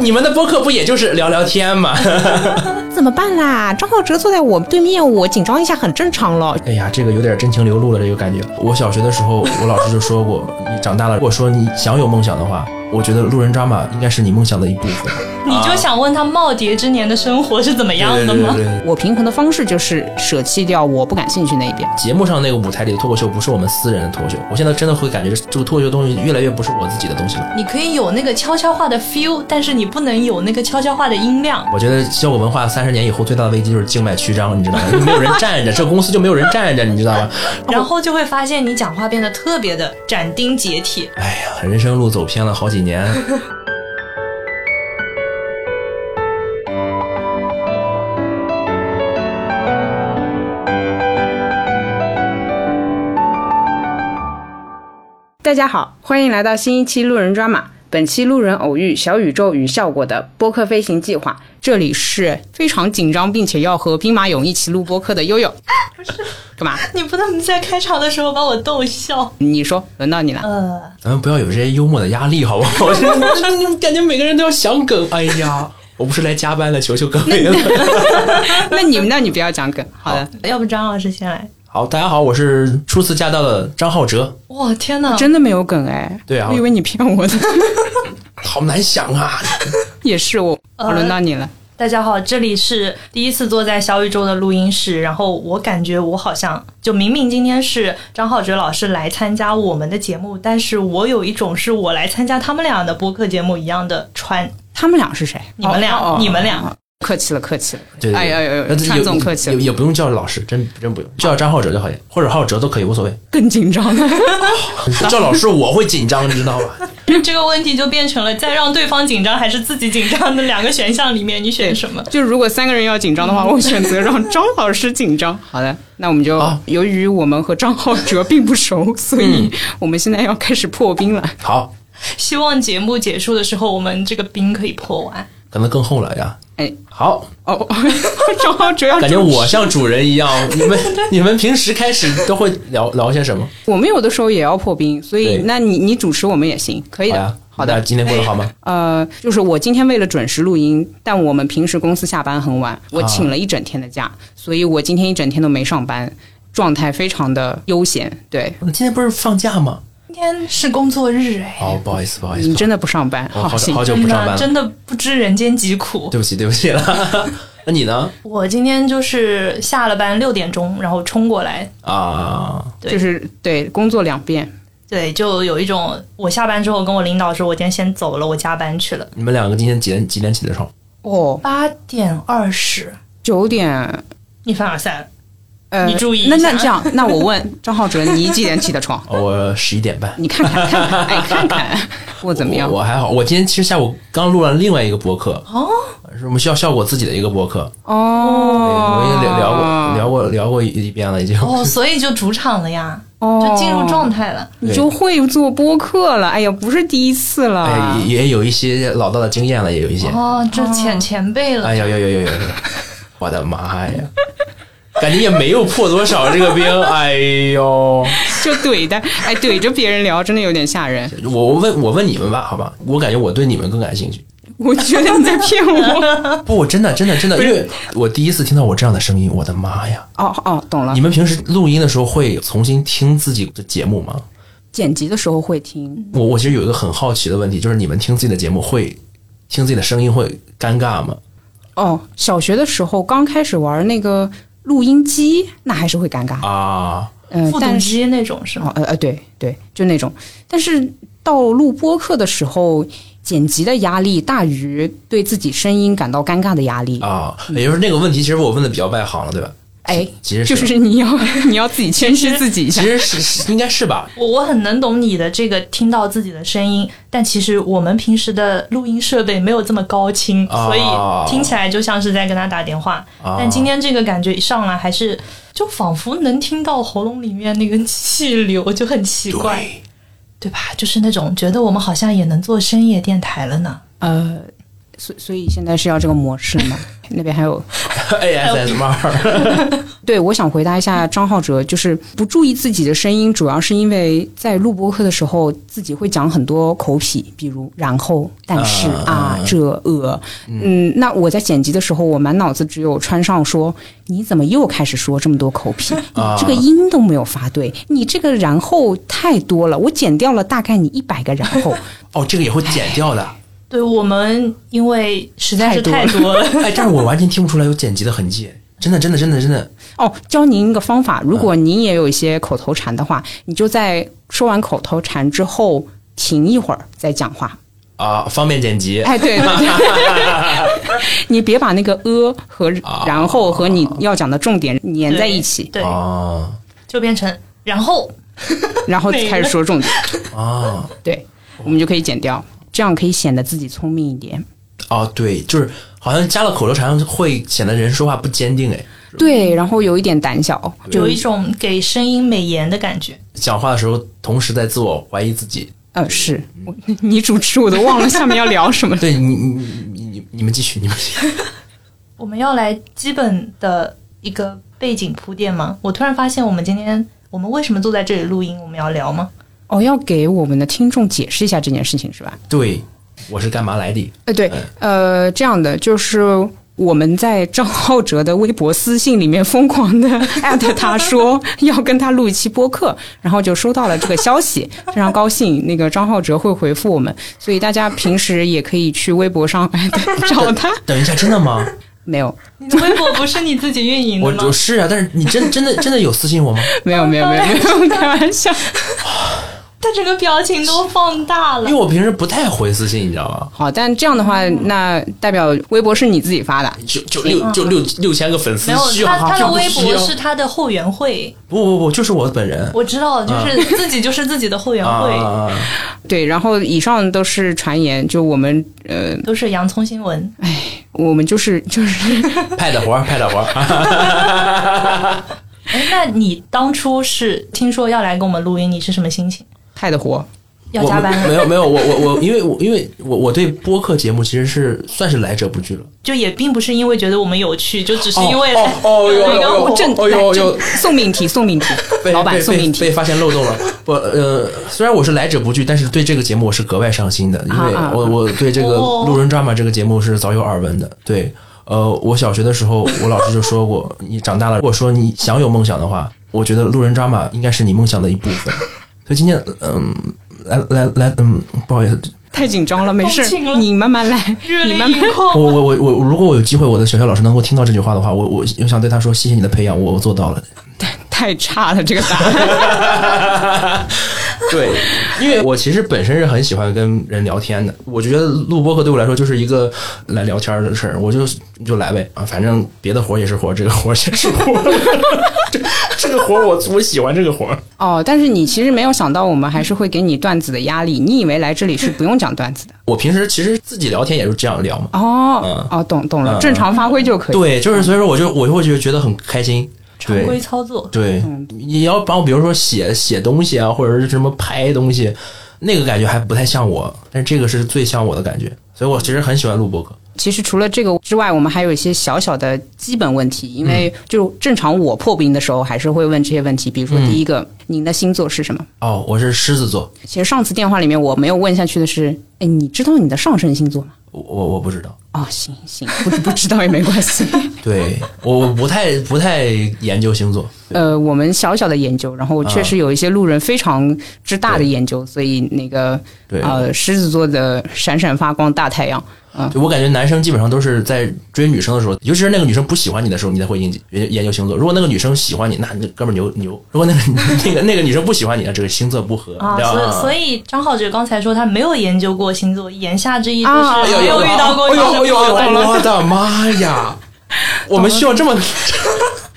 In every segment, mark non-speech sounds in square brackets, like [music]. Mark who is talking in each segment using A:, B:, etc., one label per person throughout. A: 你们的播客不也就是聊聊天吗？ [laughs]
B: 怎么办啦？张浩哲坐在我对面，我紧张一下很正常了。
A: 哎呀，这个有点真情流露了，这个感觉。我小学的时候，我老师就说过，你长大了，如果说你想有梦想的话，我觉得路人抓马应该是你梦想的一部
C: [laughs]
A: 分。
C: 你就想问他耄耋之年的生活是怎么样
A: 对
C: 的
A: 对对
C: 吗？
A: 对对，
B: 我平衡的方式就是舍弃掉我不感兴趣那一边。
A: 节目上那个舞台里的脱口秀不是我们私人的脱口秀，我现在真的会感觉这个脱口秀东西越来越不是我自己的东西了。
C: 你可以有那个悄悄话的 feel，但是你不能有那个悄悄话的音 [laughs] 量。
A: 我觉得效果文化三十年以后最大的危机就是静脉曲张，你知道吗？ [laughs] 因为没有人站着，这公司就没有人站着，你知道吗？
C: 然后就会发现你讲话变得特别的斩钉截 [laughs] 铁。
A: 哎呀，人生路走偏了好几年。
B: 大家好，欢迎来到新一期路人抓马。本期路人偶遇小宇宙与效果的播客飞行计划，这里是非常紧张并且要和兵马俑一起录播客的悠悠。干嘛？
C: 你不能在开场的时候把我逗笑。
B: 你说，轮
A: [laughs]
B: 到你了。
C: [laughs] 呃，
A: 咱们不要有这些幽默的压力，好不 [laughs] 好？我真的感觉每个人都要想梗。哎呀，我不是来加班的，求求各位了。
B: 那你们，那你不要讲梗。好
A: 哦
B: 的，
C: 要不张老师先来？
A: 好，大家好，我是初次驾到的张浩哲，
C: 哇，天哪！
B: 真的没有梗哎。
A: 对啊
B: 我以为你骗我的。 [laughs]
A: 好难想啊。
B: 也是我，
C: 呃
B: 好轮到你了。
C: 大家好，这里是第一次坐在小宇宙的录音室，然后我感觉我好像就明明今天是张浩哲老师来参加我们的节目，但是我有一种是我来参加他们俩的播客节目一样的穿。
B: 他们俩是谁？
C: 你们俩
B: 哦哦哦
C: 你们俩
B: 哦客气了，客气了。
A: 对对对，
B: 哎呦呦呦
A: 那这
B: 川
A: 也
B: 总客气了
A: 也也不用叫老师，真真不用，叫张浩哲就好，或者浩哲都可以，无所谓。
B: 更紧
A: [laughs]
B: 张了。
A: 叫老师我会紧张，你知道 [laughs] 吧？
C: [laughs] 这个问题就变成了在让对方紧张还是自己紧张的两个选项里面，你选什么？
B: 就如果三个人要紧张
A: [laughs]
B: 的话，我选择让张老师紧张。好的，那我们就
A: 好
B: 由于我们和张浩哲并不
A: 嗯
B: 熟，所以我们现在要开始破冰了。
A: 好，
C: [laughs] 希望节目结束的时候，我们这个冰可以破完。
A: 可能更厚了呀。
B: 哎，
A: 好，
B: 哦， [laughs] 张浩哲要
A: 感觉
B: 主持
A: 我像主人一样。你们 [laughs] 你们平时开始都会聊聊些什么？
B: 我们有的时候也要破冰，所以
A: 对
B: 那你你主持我们也行，可以
A: 哎好
B: 的
A: 呀。，
B: 好
A: 那
B: 的，
A: 今天过得好吗？
B: 呃，就是我今天为了准时录音，但我们平时公司下班很晚，我
A: 啊
B: 请了一整天的假，所以我今天一整天都没上班，状态非常的悠闲。对
A: 我 [laughs] 今天不是放假吗？
C: 今天是工作日哎，
A: 哦，不好意思，不好意思，
B: 你真的不上班，
A: 哦我好久
B: 行
A: 好久不
C: 真
A: 上班
C: 的
A: 了，
C: 真的不知人间疾苦。
A: 对不起，对不起了。 [laughs] 那你呢？
C: 我今天就是下了班六点钟，然后冲过来，
A: 啊，
C: 对
B: 就是对工作两遍，
C: 对，就有一种我下班之后跟我领导说，我今天先走了，我加班去了，
A: 你们两个今天几点几点起的床？
B: 哦，
C: 八点二十，
B: 九点。
C: 你凡尔赛了，
B: 呃，
C: 你注意一
B: 那
C: 下
B: 那这样，那我问 [laughs] 张浩哲，你几点起的床？
A: 哦我十一点半。
B: 你看看看看，哎，看看我怎么样
A: 我？？我还好，我今天其实下午刚录了另外一个播客
C: 哦，
A: 是我们效效果自己的一个播客，对
B: 哦，
A: 我已经聊聊过聊过聊过一一遍了，已经。 [laughs]
C: 哦，所以就主场了呀，
B: 哦，
C: 就进入状态了。
B: 你就会做播客了。哎呀，不是第一次了。
A: 哎，也也有一些老道的经验了，也有一些。
C: 哦，这前前辈了，
A: 哎呦呦呦呦呦！呦 [laughs] 我的妈呀，感觉也没有破多少这个冰。哎呦，
B: 就怼的，哎，怼着别人聊，真的有点吓人。
A: 我我问我问你们吧，好吧？我感觉我对你们更感兴趣。
B: 我觉得你在骗我。
A: 不，我真的真的真的，因为我第一次听到我这样的声音，我的妈呀！
B: [laughs] 哦哦，懂了
A: 你。们平时录音的时候会重新听自己的节目吗？
B: 剪辑的时候会听，
A: 我我其实有一个很好奇的问题，就是你们听自己的节目会听自己的声音会尴尬吗？
B: 哦，小学的时候刚开始玩那个录音机，那还是会尴尬。
A: 啊，
B: 嗯、
C: 复读
B: 但是
C: 机那种呃是
B: 哦
C: 吗？
B: 呃呃，对对，就那种。但是到录播课的时候，剪辑的压力大于对自己声音感到尴尬的压力。
A: 啊，也就是那个问题，其实我问的比较外行了，对吧？
B: 哎，
A: 其实
B: 就是你要 [laughs] 你要自己谦虚自己一下
A: 其。实是是应该是吧？
C: 我我很能懂你的这个听到自己的声音，但其实我们平时的录音设备没有这么高清，
A: 啊
C: 所以听起来就像是在跟他打电话。
A: 啊，
C: 但今天这个感觉一上来，还是就仿佛能听到喉咙里面那个气流，就很奇怪，对
A: 对 [laughs]
C: 吧？就是那种觉得我们好像也能做深夜电台了呢。
B: [laughs] 呃，所所以现在是要这个模式 [laughs] 了吗？那边还有
A: ASMR，
B: 对，我想回答一下张浩哲，就是不注意自己的声音，主要是因为在录播课的时候，自己会讲很多口癖，比如然后、但是
A: 啊
B: 啊、这呃，嗯，那我在剪辑的时候，我满脑子只有川上说，你怎么又开始说这么多口癖？你
A: 啊
B: 这个音都没有发对，你这个然后太多了，我剪掉了大概你一百个然
A: [laughs]
B: 后，
A: 哦，这个也会剪掉的。
C: 对我们因为实在是太
B: 太
C: 多了，
A: 哎，但是我完全听不出来有剪辑的痕迹，真的，真的，真的，真的。
B: 哦，教您一个方法，
A: 啊
B: 如果您也有一些口头禅的话，你就在说完口头禅之后停一会儿再讲话。
A: 啊，方便剪辑。
B: 哎，对对对， [laughs] 你别把那个呃和
A: 啊
B: 然后和你要讲的重点粘在一起，
C: 对，
A: 啊
C: 就变成然后
B: 然后开始说重点，
A: 啊
B: 对，我们就可以剪掉，这样可以显得自己聪明一点。
A: 哦，对，就是好像加了口头禅会显得人说话不坚定，哎，
B: 对，然后有一点胆小，
C: 有
B: 就
C: 一种给声音美颜的感觉。
A: 讲话的时候同时在自我怀疑自己。
B: 呃是 [laughs] 我你主持我都忘了下面要聊什么
A: [laughs]
B: 了。
A: 对你，你你你你们继续，你们继续。 [laughs]
C: 我们要来基本的一个背景铺垫吗？我突然发现，我们今天我们为什么坐在这里录音？我们要聊吗？
B: 哦，要给我们的听众解释一下这件事情是吧？
A: 对，我是干嘛来的？
B: 呃，对，呃，这样的就是我们在张浩哲的微博私信里面疯狂的艾特他说要跟他录一期播客，然后就收到了这个消息，非常高兴。那个张浩哲会回复我们，所以大家平时也可以去微博上艾特找他。
A: 等一下，真的吗？
B: 没有，
C: 你的微博不是 [laughs] 你自己运营的
A: 我
C: 吗？
A: 我是啊，但是你真真的真的有私信我吗？
B: 没有，没有，没有，没有，开玩笑。
C: 他整个表情都放大
A: 因
C: 了
A: 为。我平时不太回私信，你知道吗？
B: 好，但这样的话，那代表微博是你自己发的。
A: 就就六就六六千个粉丝
C: 嗯没有，
A: 需要
C: 他他
A: 需要
C: 的微
A: 需
C: 博
A: 要
C: 是他的后援会，
A: 不不不，就是我本人。
C: 我知道，就是自己就是自己的后援
A: 啊
C: 会，
A: 嗯 [laughs] 啊啊啊
B: 对，然后以上都是传言，就我们呃，
C: 都是洋葱新闻。
B: 我们就是就是
A: 派的活儿，派的活儿。
C: 哎，那你当初是听说要来给我们录音，你是什么心情？
B: 派的活。
C: 要加班
A: 啊我没
C: 了，
A: 有没有，我我我，因为我因为我我对播客节目其实是算是来者不拒了，
C: 就也并不是因为觉得我们有趣，就只是因为
A: 哦
C: 来
A: [laughs] 哦哦
C: 有一
A: 哦
C: 个
A: 哦
C: 活
A: 哦
B: 正
A: 哎呦
B: 来正
A: 呦
B: 送命题，送命题，
A: 被
B: 老板
A: 被
B: 送
A: 被
B: 命题
A: 被发现漏洞了。不呃，虽然我是来者不拒，但是对这个节目我是格外上心的，因为
B: 啊啊
A: 我我对这个
C: 哦
A: 《路人 drama》这个节目是早有耳闻的。对，呃，我小学的时候，我老师就说过，你长大了，如果说你想有梦想的话，我觉得《路人 drama》应该是你梦想的一部分。所以今天，嗯，来来来，嗯，不好意思，
B: 太紧张了，没事
C: 动情了，
B: 你慢慢来，
C: 热
B: 你
C: 烈
B: 慢慢
C: 盈。眶。
A: 我我我我，如果我有机会，我的小学老师能够听到这句话的话，我我我想对他说，谢谢你的培养，我我做到了。
B: 太差了，这个答案。
A: [laughs] 对，因为我其实本身是很喜欢跟人聊天的，我觉得录播课对我来说就是一个来聊天的事儿，我就你就来呗啊，反正别的活儿也是活儿，这个活儿也是活儿，这这个活儿我我喜欢这个活儿。
B: [laughs] 哦，但是你其实没有想到，我们还是会给你段子的压力。你以为来这里是不用讲段子的？
A: 我平时其实自己聊天也是这样聊嘛，
B: 哦哦，懂懂了，正常发挥就可以。
A: 对，就是所以说我就我就会觉得觉得很开心，
C: 常规
A: 对
C: 操作，
A: 对，你要帮我比如说写写东西啊，或者是什么拍东西，那个感觉还不太像我，但这个是最像我的感觉，所以我其实很喜欢录播课。
B: 其实除了这个之外，我们还有一些小小的基本问题，因为就正常我破冰的时候还是会问这些问题，比如说第一个，您的星座是什么？
A: 哦，我是狮子座。
B: 其实上次电话里面我没有问下去的是，哎，你知道你的上升星座吗？
A: 我我我不知道，
B: 哦，行行，不不知道也没
A: [laughs]
B: 关系。
A: 对我我不太不太研究星座，
B: 呃，我们小小的研究，然后
A: 啊
B: 确实有一些路人非常之大的研究，所以那个
A: 对
B: 呃，狮子座的闪闪发光大太阳，
A: 就我感觉男生基本上都是在追女生的时候，尤其是那个女生不喜欢你的时候，你才会研究研究星座。如果那个女生喜欢你，那你哥们儿牛牛；如果那个那个那个女生不喜欢你，那这个星座不合，
C: 啊，
A: 你知道
C: 所以
A: 吗？
C: 所以张浩哲刚才说他没有研究过星座，言下之意就
B: 啊
C: 是没有遇到过
A: 哎
C: 你
A: 呦
C: 的
A: 哎呦
C: 朋友
A: 哎呦！我的妈呀！我们需要这么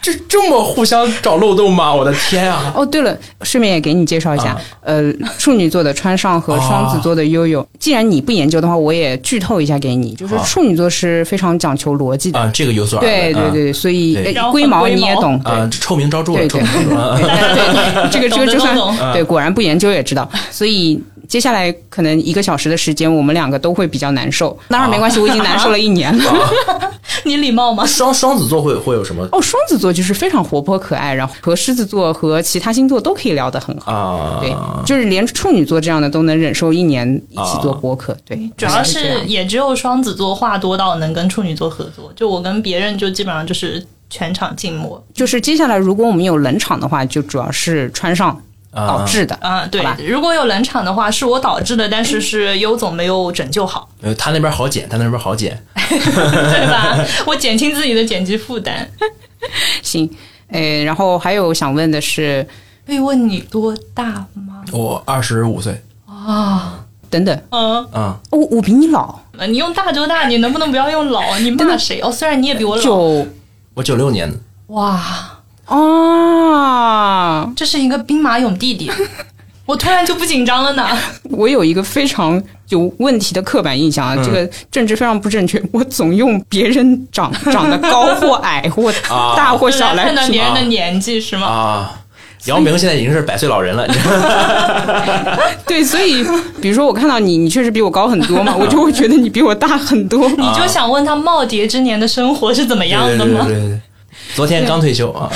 A: 这这么互相找漏洞吗？我的天啊！
B: 哦，对了，顺便也给你介绍一下，
A: 啊
B: 呃，处女座的川上和双子座的悠悠。既然你不研究的话，我也剧透一下给你，就是
A: 好
B: 处女座是非常讲求逻辑的，
A: 啊，这个有所耳闻
B: 对对
A: 啊
B: 对，所以
A: 对
B: 呃
C: 然后很
B: 龟毛
C: 龟
B: 你也
C: 毛
B: 懂，对
A: 啊，臭名昭著了，
B: 对
A: 臭
B: 对
A: 名昭著了。啊
B: [laughs] 对对对，这个这个
C: 懂得
B: 就
C: 都
B: 算
C: 懂
B: 对，果然不研究也知道。所以接下来可能一个小时的时间，我们两个都会比较难受。当然没关系，我已经难受了一年了。
C: [laughs] [laughs] 你礼貌吗？
A: 双双子座会会有什么
B: 哦，双子座就是非常活泼可爱，然后和狮子座和其他星座都可以聊得很好。
A: 啊？
B: 对，就是连处女座这样的都能忍受一年一起
C: 啊
B: 做播客。对，
C: 主要
B: 是这
C: 是
B: 样
C: 也只有双子座话多到能跟处女座合作，就我跟别人就基本上就是全场静默
B: 就是接下来如果我们有冷场的话，就主要是穿上
A: 啊
B: 导致的。
C: 啊、对
B: 好吧，
C: 如果有冷场的话，是我导致的，但是是优总没有拯救好， [laughs]
A: 呃，他那边好剪，他那边好剪。
C: 对吧？我减轻自己的剪辑负担。
B: 行，呃，然后还有想问的是，
C: 可以问你多大吗？
A: 我二十五岁
B: 等等，
C: 嗯，呃
A: 啊，
B: 我、我比你老，
C: 你用大就大，你能不能不要用老？你骂谁？哦，虽然你也比我老。
B: 九
A: 我九六年的，
C: 哇，
B: 啊！
C: 这是一个兵马俑弟 [laughs] 弟，我突然就不紧张了呢。
B: 我有一个非常有问题的刻板印象啊，
A: 嗯
B: 这个政治非常不正确。 [laughs] 我总用别人长长得高或矮或
A: [laughs] 啊
B: 大或小来
C: 来判断
B: 评
C: 别人的年纪是吗？
A: 啊。姚明现在已经是百岁老人了，你知道吗
B: 对，所以比如说我看到你，你确实比我高很多
A: [laughs]
B: 嘛，我就会觉得你比我大很多。
C: 你就想问他耄耋之年的生活是怎么样
A: 对
C: 的
A: 对对
C: 吗？
A: 对对，昨天刚退休啊，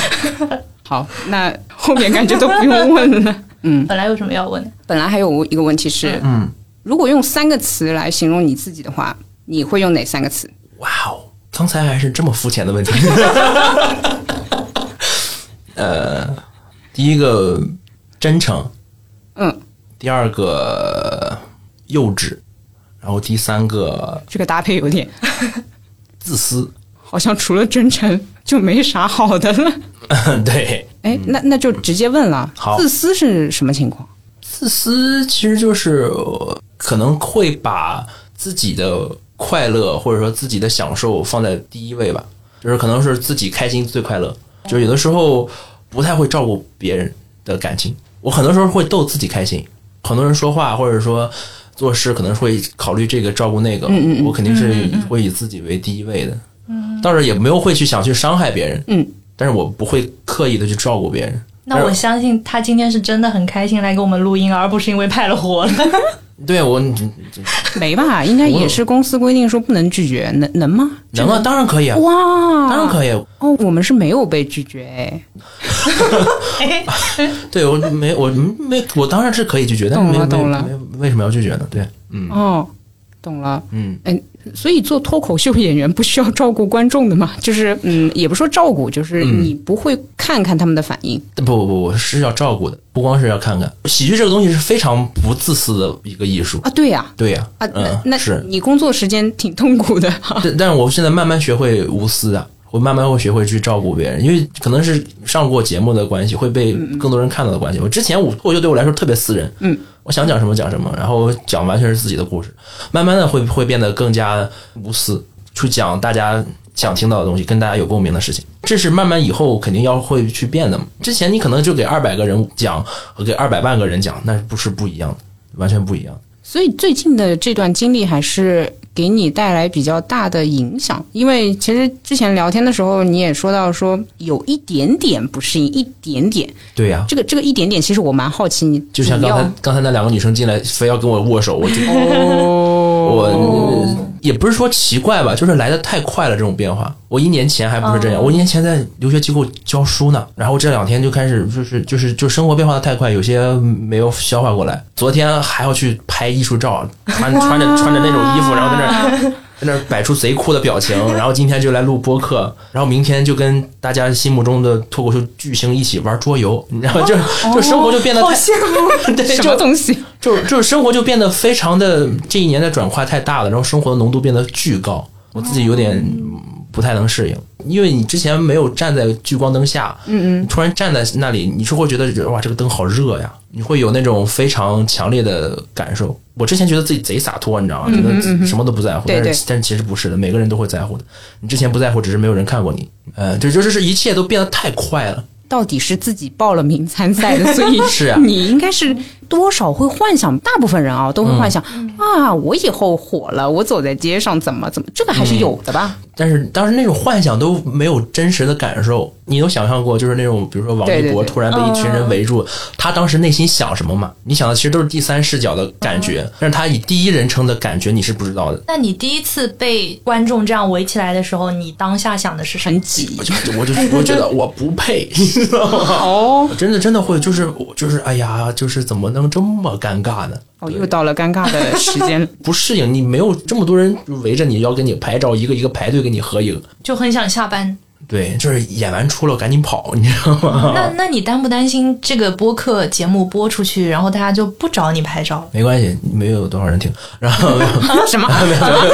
B: 好，那后面感觉都不用问
A: [laughs]
B: 了。嗯
C: 本来有什么要问的？
B: 本来还有一个问题是，
A: 嗯，
B: 如果用三个词来形容你自己的话，你会用哪三个词？
A: 哇哦，刚才还是这么肤浅的问题。 [laughs] 呃，第一个真诚，
B: 嗯，
A: 第二个幼稚，然后第三个
B: 这个搭配有点，
A: 自私。 [laughs]
B: 好像除了真诚就没啥好的了。
A: 对，
B: 哎，那那就直接问了。
A: 嗯好
B: 自私是什么情况？ [laughs]
A: 自私其实就是呃可能会把自己的快乐或者说自己的享受放在第一位吧，就是可能是自己开心最快乐，就是有的时候不太会照顾别人的感情。我很多时候会逗自己开心，很多人说话或者说做事可能会考虑这个照顾那
B: 嗯
A: 个，我肯定是会以自己为第一位的，倒是也没有会去想去伤害别人，
B: 嗯，
A: 但是我不会刻意的去照顾别人。
C: 那我相信他今天是真的很开心来给我们录音，而不是因为派了活了。 [laughs]
A: 对啊我
B: 没吧？应该也是公司规定说不能拒绝，能能吗？
A: 能啊，当然可以啊，
B: 哇，
A: 当然可以。啊
B: 哦，我们是没有被拒绝哎，
C: 哎
A: 对我没我没我当然是可以拒绝，但
B: 懂
A: 没
B: 了
A: 没
B: 懂了
A: 没为什么要拒绝呢？对，嗯
B: 哦，懂了。哎
A: 嗯，
B: 所以做脱口秀演员不需要照顾观众的嘛？就是嗯，也不说照顾，就是
A: 嗯
B: 你不会看看他们的反应。
A: 不不不，我是要照顾的，不光是要看看喜剧这个东西是非常不自私的一个艺术。
B: 啊，对呀、
A: 对呀、
B: 啊，
A: 嗯，
B: 那那
A: 是，
B: 你工作时间挺痛苦的，啊
A: [laughs] 但但是我现在慢慢学会无私啊，我慢慢会学会去照顾别人，因为可能是上过节目的关系，会被更多人看到的关系。我之前我脱口秀对我来说特别私人，
B: 嗯，
A: 我想讲什么讲什么，然后讲完全是自己的故事，慢慢的会会变得更加无私，去讲大家想听到的东西，跟大家有共鸣的事情。这是慢慢以后肯定要会去变的嘛。之前你可能就给二百个人讲和给二百万个人讲，那不是不一样的，完全不一样。
B: 所以最近的这段经历还是给你带来比较大的影响，因为其实之前聊天的时候你也说到说有一点点不适应，一点点，
A: 对呀、
B: 这个这个一点点，其实我蛮好奇你
A: 就像
B: 主
A: 刚
B: 要
A: 才刚才那两个女生进来，非要跟我握手，我就 [laughs]
B: 哦，
A: 我嗯也不是说奇怪吧，就是来的太快了这种变化。我一年前还不是
B: 嗯
A: 这样，我一年前在留学机构教书呢，然后这两天就开始就是就是就生活变化的太快，有些没有消化过来。昨天还要去拍艺术照，穿穿着穿着那种衣服，然后在那儿在那儿摆出贼酷的表情，然后今天就来录播客，然后明天就跟大家心目中的脱口秀巨星一起玩桌游，你知道吗？就
B: 哦
A: 就生活就变得太、 [laughs] 对，
B: 什
A: 就
B: 么东西？
A: 就是就是生活就变得非常的这一年的转化太大了，然后生活的浓度变得巨高，我自己有点嗯不太能适应，因为你之前没有站在聚光灯下，嗯嗯，突然站在那里，你是会觉得哇这个灯好热呀，你会有那种非常强烈的感受。我之前觉得自己贼洒脱，你知道吗？觉得自己什么都不在乎，
B: 对
A: 但
B: 对
A: 是但是其实不是的，呃每个人都会在乎的。你之前不在乎，只是没有人看过你，嗯，这就是一切都变得太快了。
B: 到底是自己报了名参赛的，所以
A: 是
B: [laughs]
A: 啊
B: 你应该是多少会幻想，大部分人啊都会幻想、啊，我以后火了，我走在街上怎么怎么，这个还是有的吧？
A: 但是当时那种幻想都没有真实的感受，你有想象过就是那种，比如说王
B: 对
A: 一
B: 对
A: 博
B: 对嗯
A: 突然被一群人围住，他当时内心想什么嘛？你想的其实都是第三视角的感觉，
B: 嗯
A: 但是他以第一人称的感觉你是不知道的。
C: 那你第一次被观众这样围起来的时候，你当下想的是什么？
B: 很挤
A: 我就我就我觉得
B: [laughs]
A: 我不配，你知道吗？
B: 哦
A: 真的真的会就是我就是哎呀，就是怎么能这么尴尬呢？
B: 哦，又到了尴尬的时间了。 [laughs]
A: 不适应，你没有这么多人围着你要跟你拍照，一个一个排队跟你合影。
C: 就很想下班。
A: 对，就是演完出了赶紧跑，你知道吗？
C: 那那你担不担心这个播客节目播出去，然后大家就不找你拍照了？
A: 没关系，没有多少人听。然后
B: 什么？
A: 没有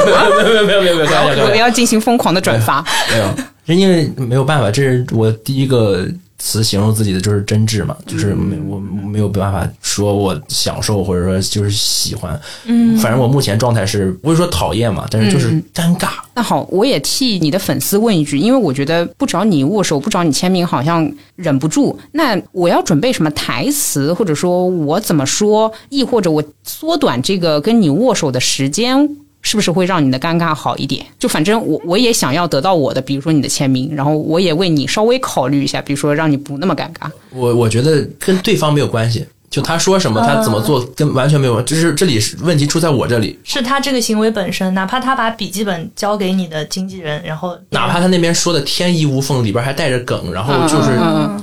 A: 没有没有没有没有没有开玩笑开
B: 我
A: 玩笑
B: 要进行疯狂的转发。
A: 没有，是因为没有办法，这是我第一个词形容自己的就是真挚嘛，就是没我没有办法说我享受或者说就是喜欢，嗯，反正我目前状态是不会说讨厌嘛，但是就是尴尬，
B: 那好，我也替你的粉丝问一句，因为我觉得不找你握手，不找你签名，好像忍不住。那我要准备什么台词，或者说我怎么说，亦或者我缩短这个跟你握手的时间，是不是会让你的尴尬好一点？就反正我我也想要得到我的，比如说你的签名，然后我也为你稍微考虑一下，比如说让你不那么尴尬。
A: 我我觉得跟对方没有关系。就他说什么，他怎么做，跟完全没有，就是这里是问题出在我这里。
C: 是他这个行为本身，哪怕他把笔记本交给你的经纪人，然后
A: 哪怕他那边说的天衣无缝，里边还带着梗，然后就是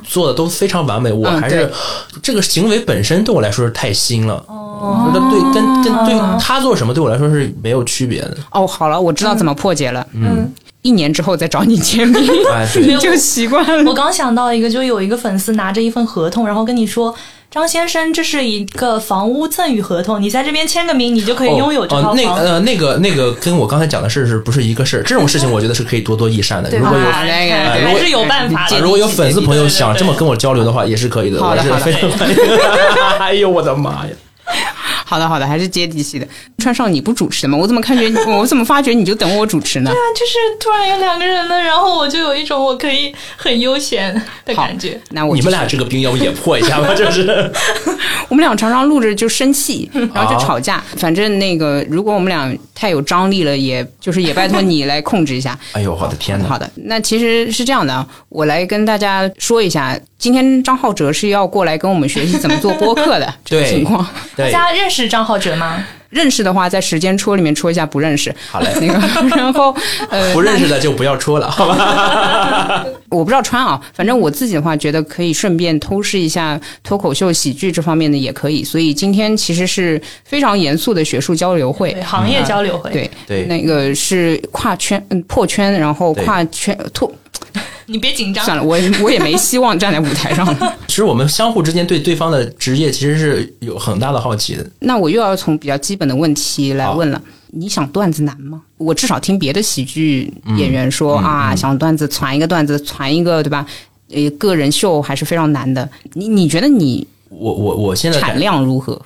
A: 做的都非常完美，我
B: 嗯
A: 还是这个行为本身对我来说是太新了。我觉得对跟跟对他做什么对我来说是没有区别的。
B: 哦，好了，我知道怎么破解了。嗯， [laughs] 一年之后再找你签名，
A: [laughs] 哎，
B: [laughs] 你
A: 对，
B: 就习惯
C: [laughs]
B: 了。
C: 我刚想到一个，就有一个粉丝拿着一份合同，然后跟你说：“张先生，这是一个房屋赠与合同，你在这边签个名，你就可以拥有这
A: 哦
C: 套
A: 哦
C: 房。
A: 那呃那个那个跟我刚才讲的事是不是一个事儿？这种事情我觉得是可以多多益善的。
C: 对
A: 如
C: 吧
A: 果有
B: 啊那个
A: 呃如
C: 还
A: 果
C: 是有办法
A: 啊
C: 的。
A: 如果有粉丝朋友
C: 对对对
A: 想这么跟我交流的话，也是可以的。
B: 好
A: 我
B: 的
A: 是
B: 好的
A: 非常欢迎。哎呦我的妈呀！
B: 好的，好的，还是接地气的。川少，你不主持吗？我怎么看
A: [laughs]
B: 觉你，我怎么发觉你就等我主持呢？
C: 啊，就是突然有两个人了，然后我就有一种我可以很悠闲的
B: 好
C: 感觉。
B: 那
A: [laughs]
B: 我
A: 你
B: 就
A: 们俩这个冰要不也破一下吧？就是
B: 我们俩常常录着就
A: [laughs]
B: 生气，然后就吵
A: 哦
B: 架。反正那个，如果我们俩太有张力了，也就是也拜托你来控制一
A: [laughs]
B: 下。
A: 哎呦我的天哪！
B: 好的，那其实是这样的，我来跟大家说一下，今天张浩哲是要过来跟我们学习怎么做播客的这
A: [laughs]
B: 个
A: 对
B: 情况。
C: 大
A: 对，
C: 家认识张浩哲吗？
B: 认识的话，在时间戳里面戳一下；不认识，
A: 好嘞
B: [laughs] 那个，然
A: [laughs]
B: 后呃，
A: 不认识的就不要戳了，好吧？
B: 我不知道穿啊，反正我自己的话，觉得可以顺便偷师一下脱口秀、喜剧这方面的也可以。所以今天其实是非常严肃的学术交流会
C: 对，，行业交流会。
B: 对
A: 对
B: 那个是跨圈，嗯，破圈，然后
A: 对
B: 跨圈脱，
C: 你别紧张
B: 算，了，我我也没希望站在舞台上了。
A: 其实我们相互之间对对方的职业其实是有很大的好奇的。
B: 那我又要从比较基本的问题来
A: 好
B: 问了。你想段子难吗？我至少听别的喜剧演员
A: 嗯
B: 说、啊，想段子传一个段子，传一个，对吧？呃，个人秀还是非常难的。你你觉得你
A: 我我我现在
B: 产
A: 感
B: 量如何？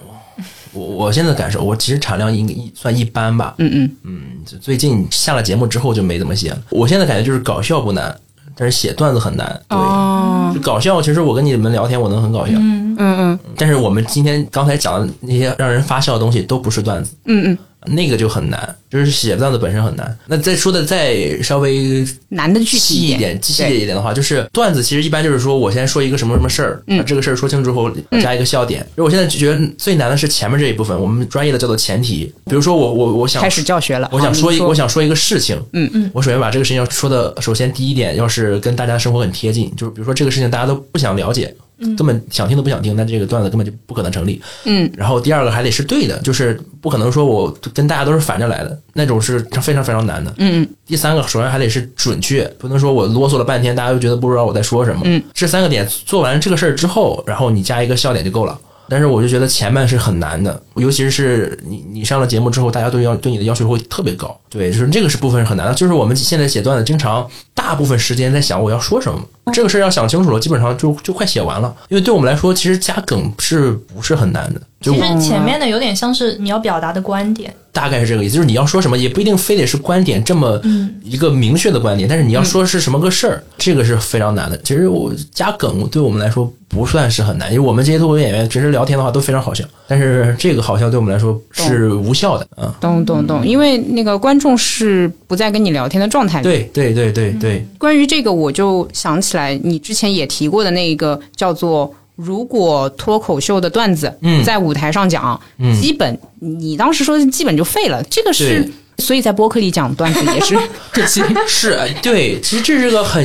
A: 我我现在感受，我其实产量应一算一般吧。
B: 嗯嗯。
A: 最近下了节目之后就没怎么写了。我现在感觉就是搞笑不难，但是写段子很难。对，
B: 哦，
A: 就搞笑其实我跟你们聊天我能很搞笑，
B: 嗯嗯
A: 但是我们今天刚才讲的那些让人发笑的东西都不是段子。
B: 嗯嗯，
A: 那个就很难，就是写段子本身很难。那再说的再稍微
B: 男的具体
A: 细一点、细一点的话，就是段子其实一般就是说我先说一个什么什么事儿，
B: 嗯
A: 把这个事儿说清楚后加一个笑点。因为我现在觉得最难的是前面这一部分，我们专业的叫做前提。比如说我我我想
B: 开始教学了。
A: 我想
B: 说
A: 说一我想说一个事情，
B: 嗯
C: 嗯，
A: 我首先把这个事情要说的，首先第一点要是跟大家生活很贴近，就是比如说这个事情大家都不想了解，根本想听都不想听，那这个段子根本就不可能成立。
B: 嗯，
A: 然后第二个还得是对的，就是不可能说我跟大家都是反着来的，那种是非常非常难的。
B: 嗯嗯
A: 第三个，首先还得是准确，不能说我啰嗦了半天，大家都觉得不知道我在说什么。
B: 嗯，
A: 这三个点做完这个事儿之后，然后你加一个笑点就够了。但是我就觉得前半是很难的，尤其是你你上了节目之后，大家对要对你的要求会特别高。对，就是这个是部分是很难的。就是我们现在写段子，经常大部分时间在想我要说什么，这个事儿要想清楚了，基本上就就快写完了。因为对我们来说，其实加梗是不是很难的？就
C: 其
A: 我
C: 实前面的有点像是你要表达的观点，
A: 大概是这个意思，就是你要说什么也不一定非得是观点这么一个明确的观点，但是你要说是什么个事儿，这个是非常难的。其实我加梗对我们来说不算是很难，因为我们这些脱口秀演员平时聊天的话都非常好笑，但是这个好笑对我们来说是无效的啊。
B: 懂懂懂，因为那个观众是不在跟你聊天的状态里。
A: 对对对对对，
B: 关于这个，我就想起来你之前也提过的那一个叫做“如果脱口秀的段子
A: 嗯
B: 在舞台上讲，
A: 嗯
B: 基本你当时说的基本就废了，这个是
A: 对。
B: 所以在播客里讲段子也是
A: [laughs]
B: 这期
A: 是哎对，其实这是个很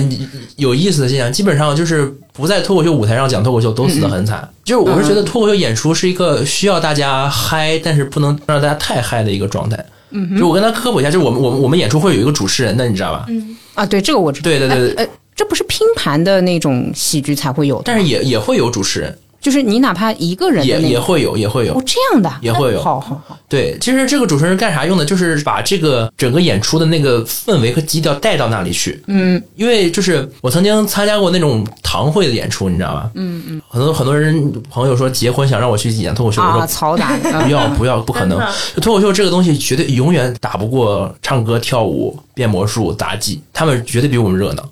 A: 有意思的现象，基本上就是不在脱口秀舞台上讲脱口秀都死得很惨。就是我是觉得脱口秀演出是一个需要大家嗨，但是不能让大家太嗨的一个状态。嗯，就我跟他科普一下，就是我们我们我们演出会有一个主持人的，你知道吧？
B: 啊，对这个我知道。
A: 对对对对，
B: 呃，这不是拼盘的那种喜剧才会有的，
A: 但是也也会有主持人，
B: 就是你哪怕一个人的
A: 也
B: 那
A: 也
B: 个
A: 会有也会有
B: 哦，这样的啊
A: 也会有
B: 好好好，
A: 对，其实这个主持人干啥用的？就是把这个整个演出的那个氛围和基调带到那里去。嗯，因为就是我曾经参加过那种堂会的演出，你知道吧？嗯嗯，很多很多人朋友说结婚想让我去演脱口秀，我说
B: 啊，嘈
A: [laughs]
B: 杂的，
A: 不
B: 嗯
A: 要不要，不可能
C: 真的！
A: 就脱口秀这个东西绝对永远打不过唱歌、跳舞、变魔术、杂技，他们绝对比我们热闹。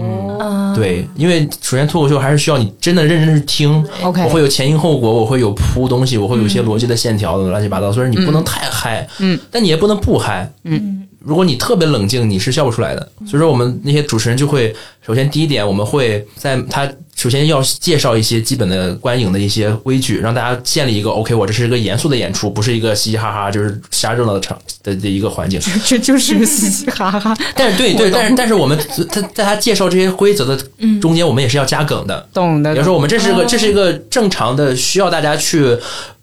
C: 嗯，
A: 对，因为首先脱口秀还是需要你真的认真地去听，
B: OK
A: 我会有前因后果，我会有铺东西，我会有一些逻辑的线条，乱七八糟。所以你不能太嗨，
B: 嗯，
A: 但你也不能不嗨，
B: 嗯。
A: 如果你特别冷静，你是笑不出来的。所以说，我们那些主持人就会，首先第一点，我们会在他首先要介绍一些基本的观影的一些规矩，让大家建立一个 OK，我这是一个严肃的演出，不是一个嘻嘻哈哈就是瞎热闹的场的的一个环境。
B: [laughs] 这就是嘻嘻哈哈，
A: 但是对对，但是但是我们他在他介绍这些规则的中间，我们也是要加梗的。
B: 懂的哦
A: 比如。说，我们这是个这是一个正常的需要大家去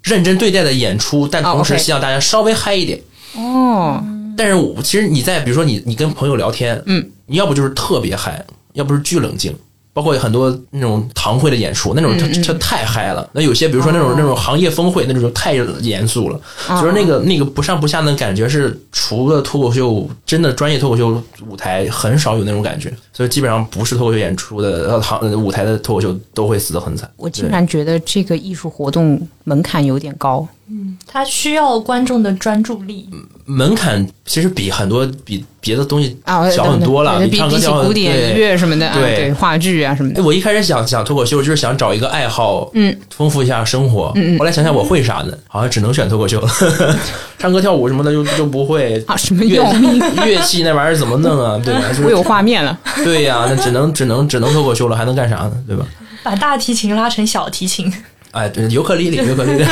A: 认真对待的演出，但
B: 哦
A: 同时
B: OK
A: 希望大家稍微嗨一点。
B: 哦，
A: 但是我其实你在比如说你你跟朋友聊天，
B: 嗯，
A: 你要不就是特别嗨，要不是巨冷静。包括很多那种堂会的演出，那
B: 嗯
A: 种他他太嗨了。那有些比如说那种
B: 哦
A: 那种行业峰会，那种就太严肃了。就是那
B: 哦
A: 个那个不上不下的感觉，是除了脱口秀，真的专业脱口秀舞台很少有那种感觉。所以基本上不是脱口秀演出的呃行舞台的脱口秀都会死得很惨。
B: 我竟然觉得这个艺术活动门槛有点高。
C: 他需要观众的专注力，
A: 门槛其实比很多比别的东西
B: 啊，
A: 小很多了，
B: 对
A: 比
B: 比
A: 唱歌
B: 比起
A: 跳
B: 古典音
A: 对。
B: 乐什么的，啊
A: 对
B: 对话剧啊什么
A: 哎
B: 的，
A: 我一开始想想脱口秀，就是想找一个爱好，
B: 嗯，
A: 丰富一下生活。
B: 嗯嗯
A: 后来想想我会啥呢？好像只能选脱口秀了， [laughs] 唱歌跳舞什么的就就不会。
B: 啊什么
A: 乐
B: 用？
A: 乐器那玩意儿怎么弄啊？对吧？就是
B: [laughs] 我有画面了， [laughs]
A: 对呀、那只能只能只能脱口秀了，还能干啥呢？对吧？
C: 把大提琴拉成小提琴，
A: 哎，对，尤克里里，尤克里里，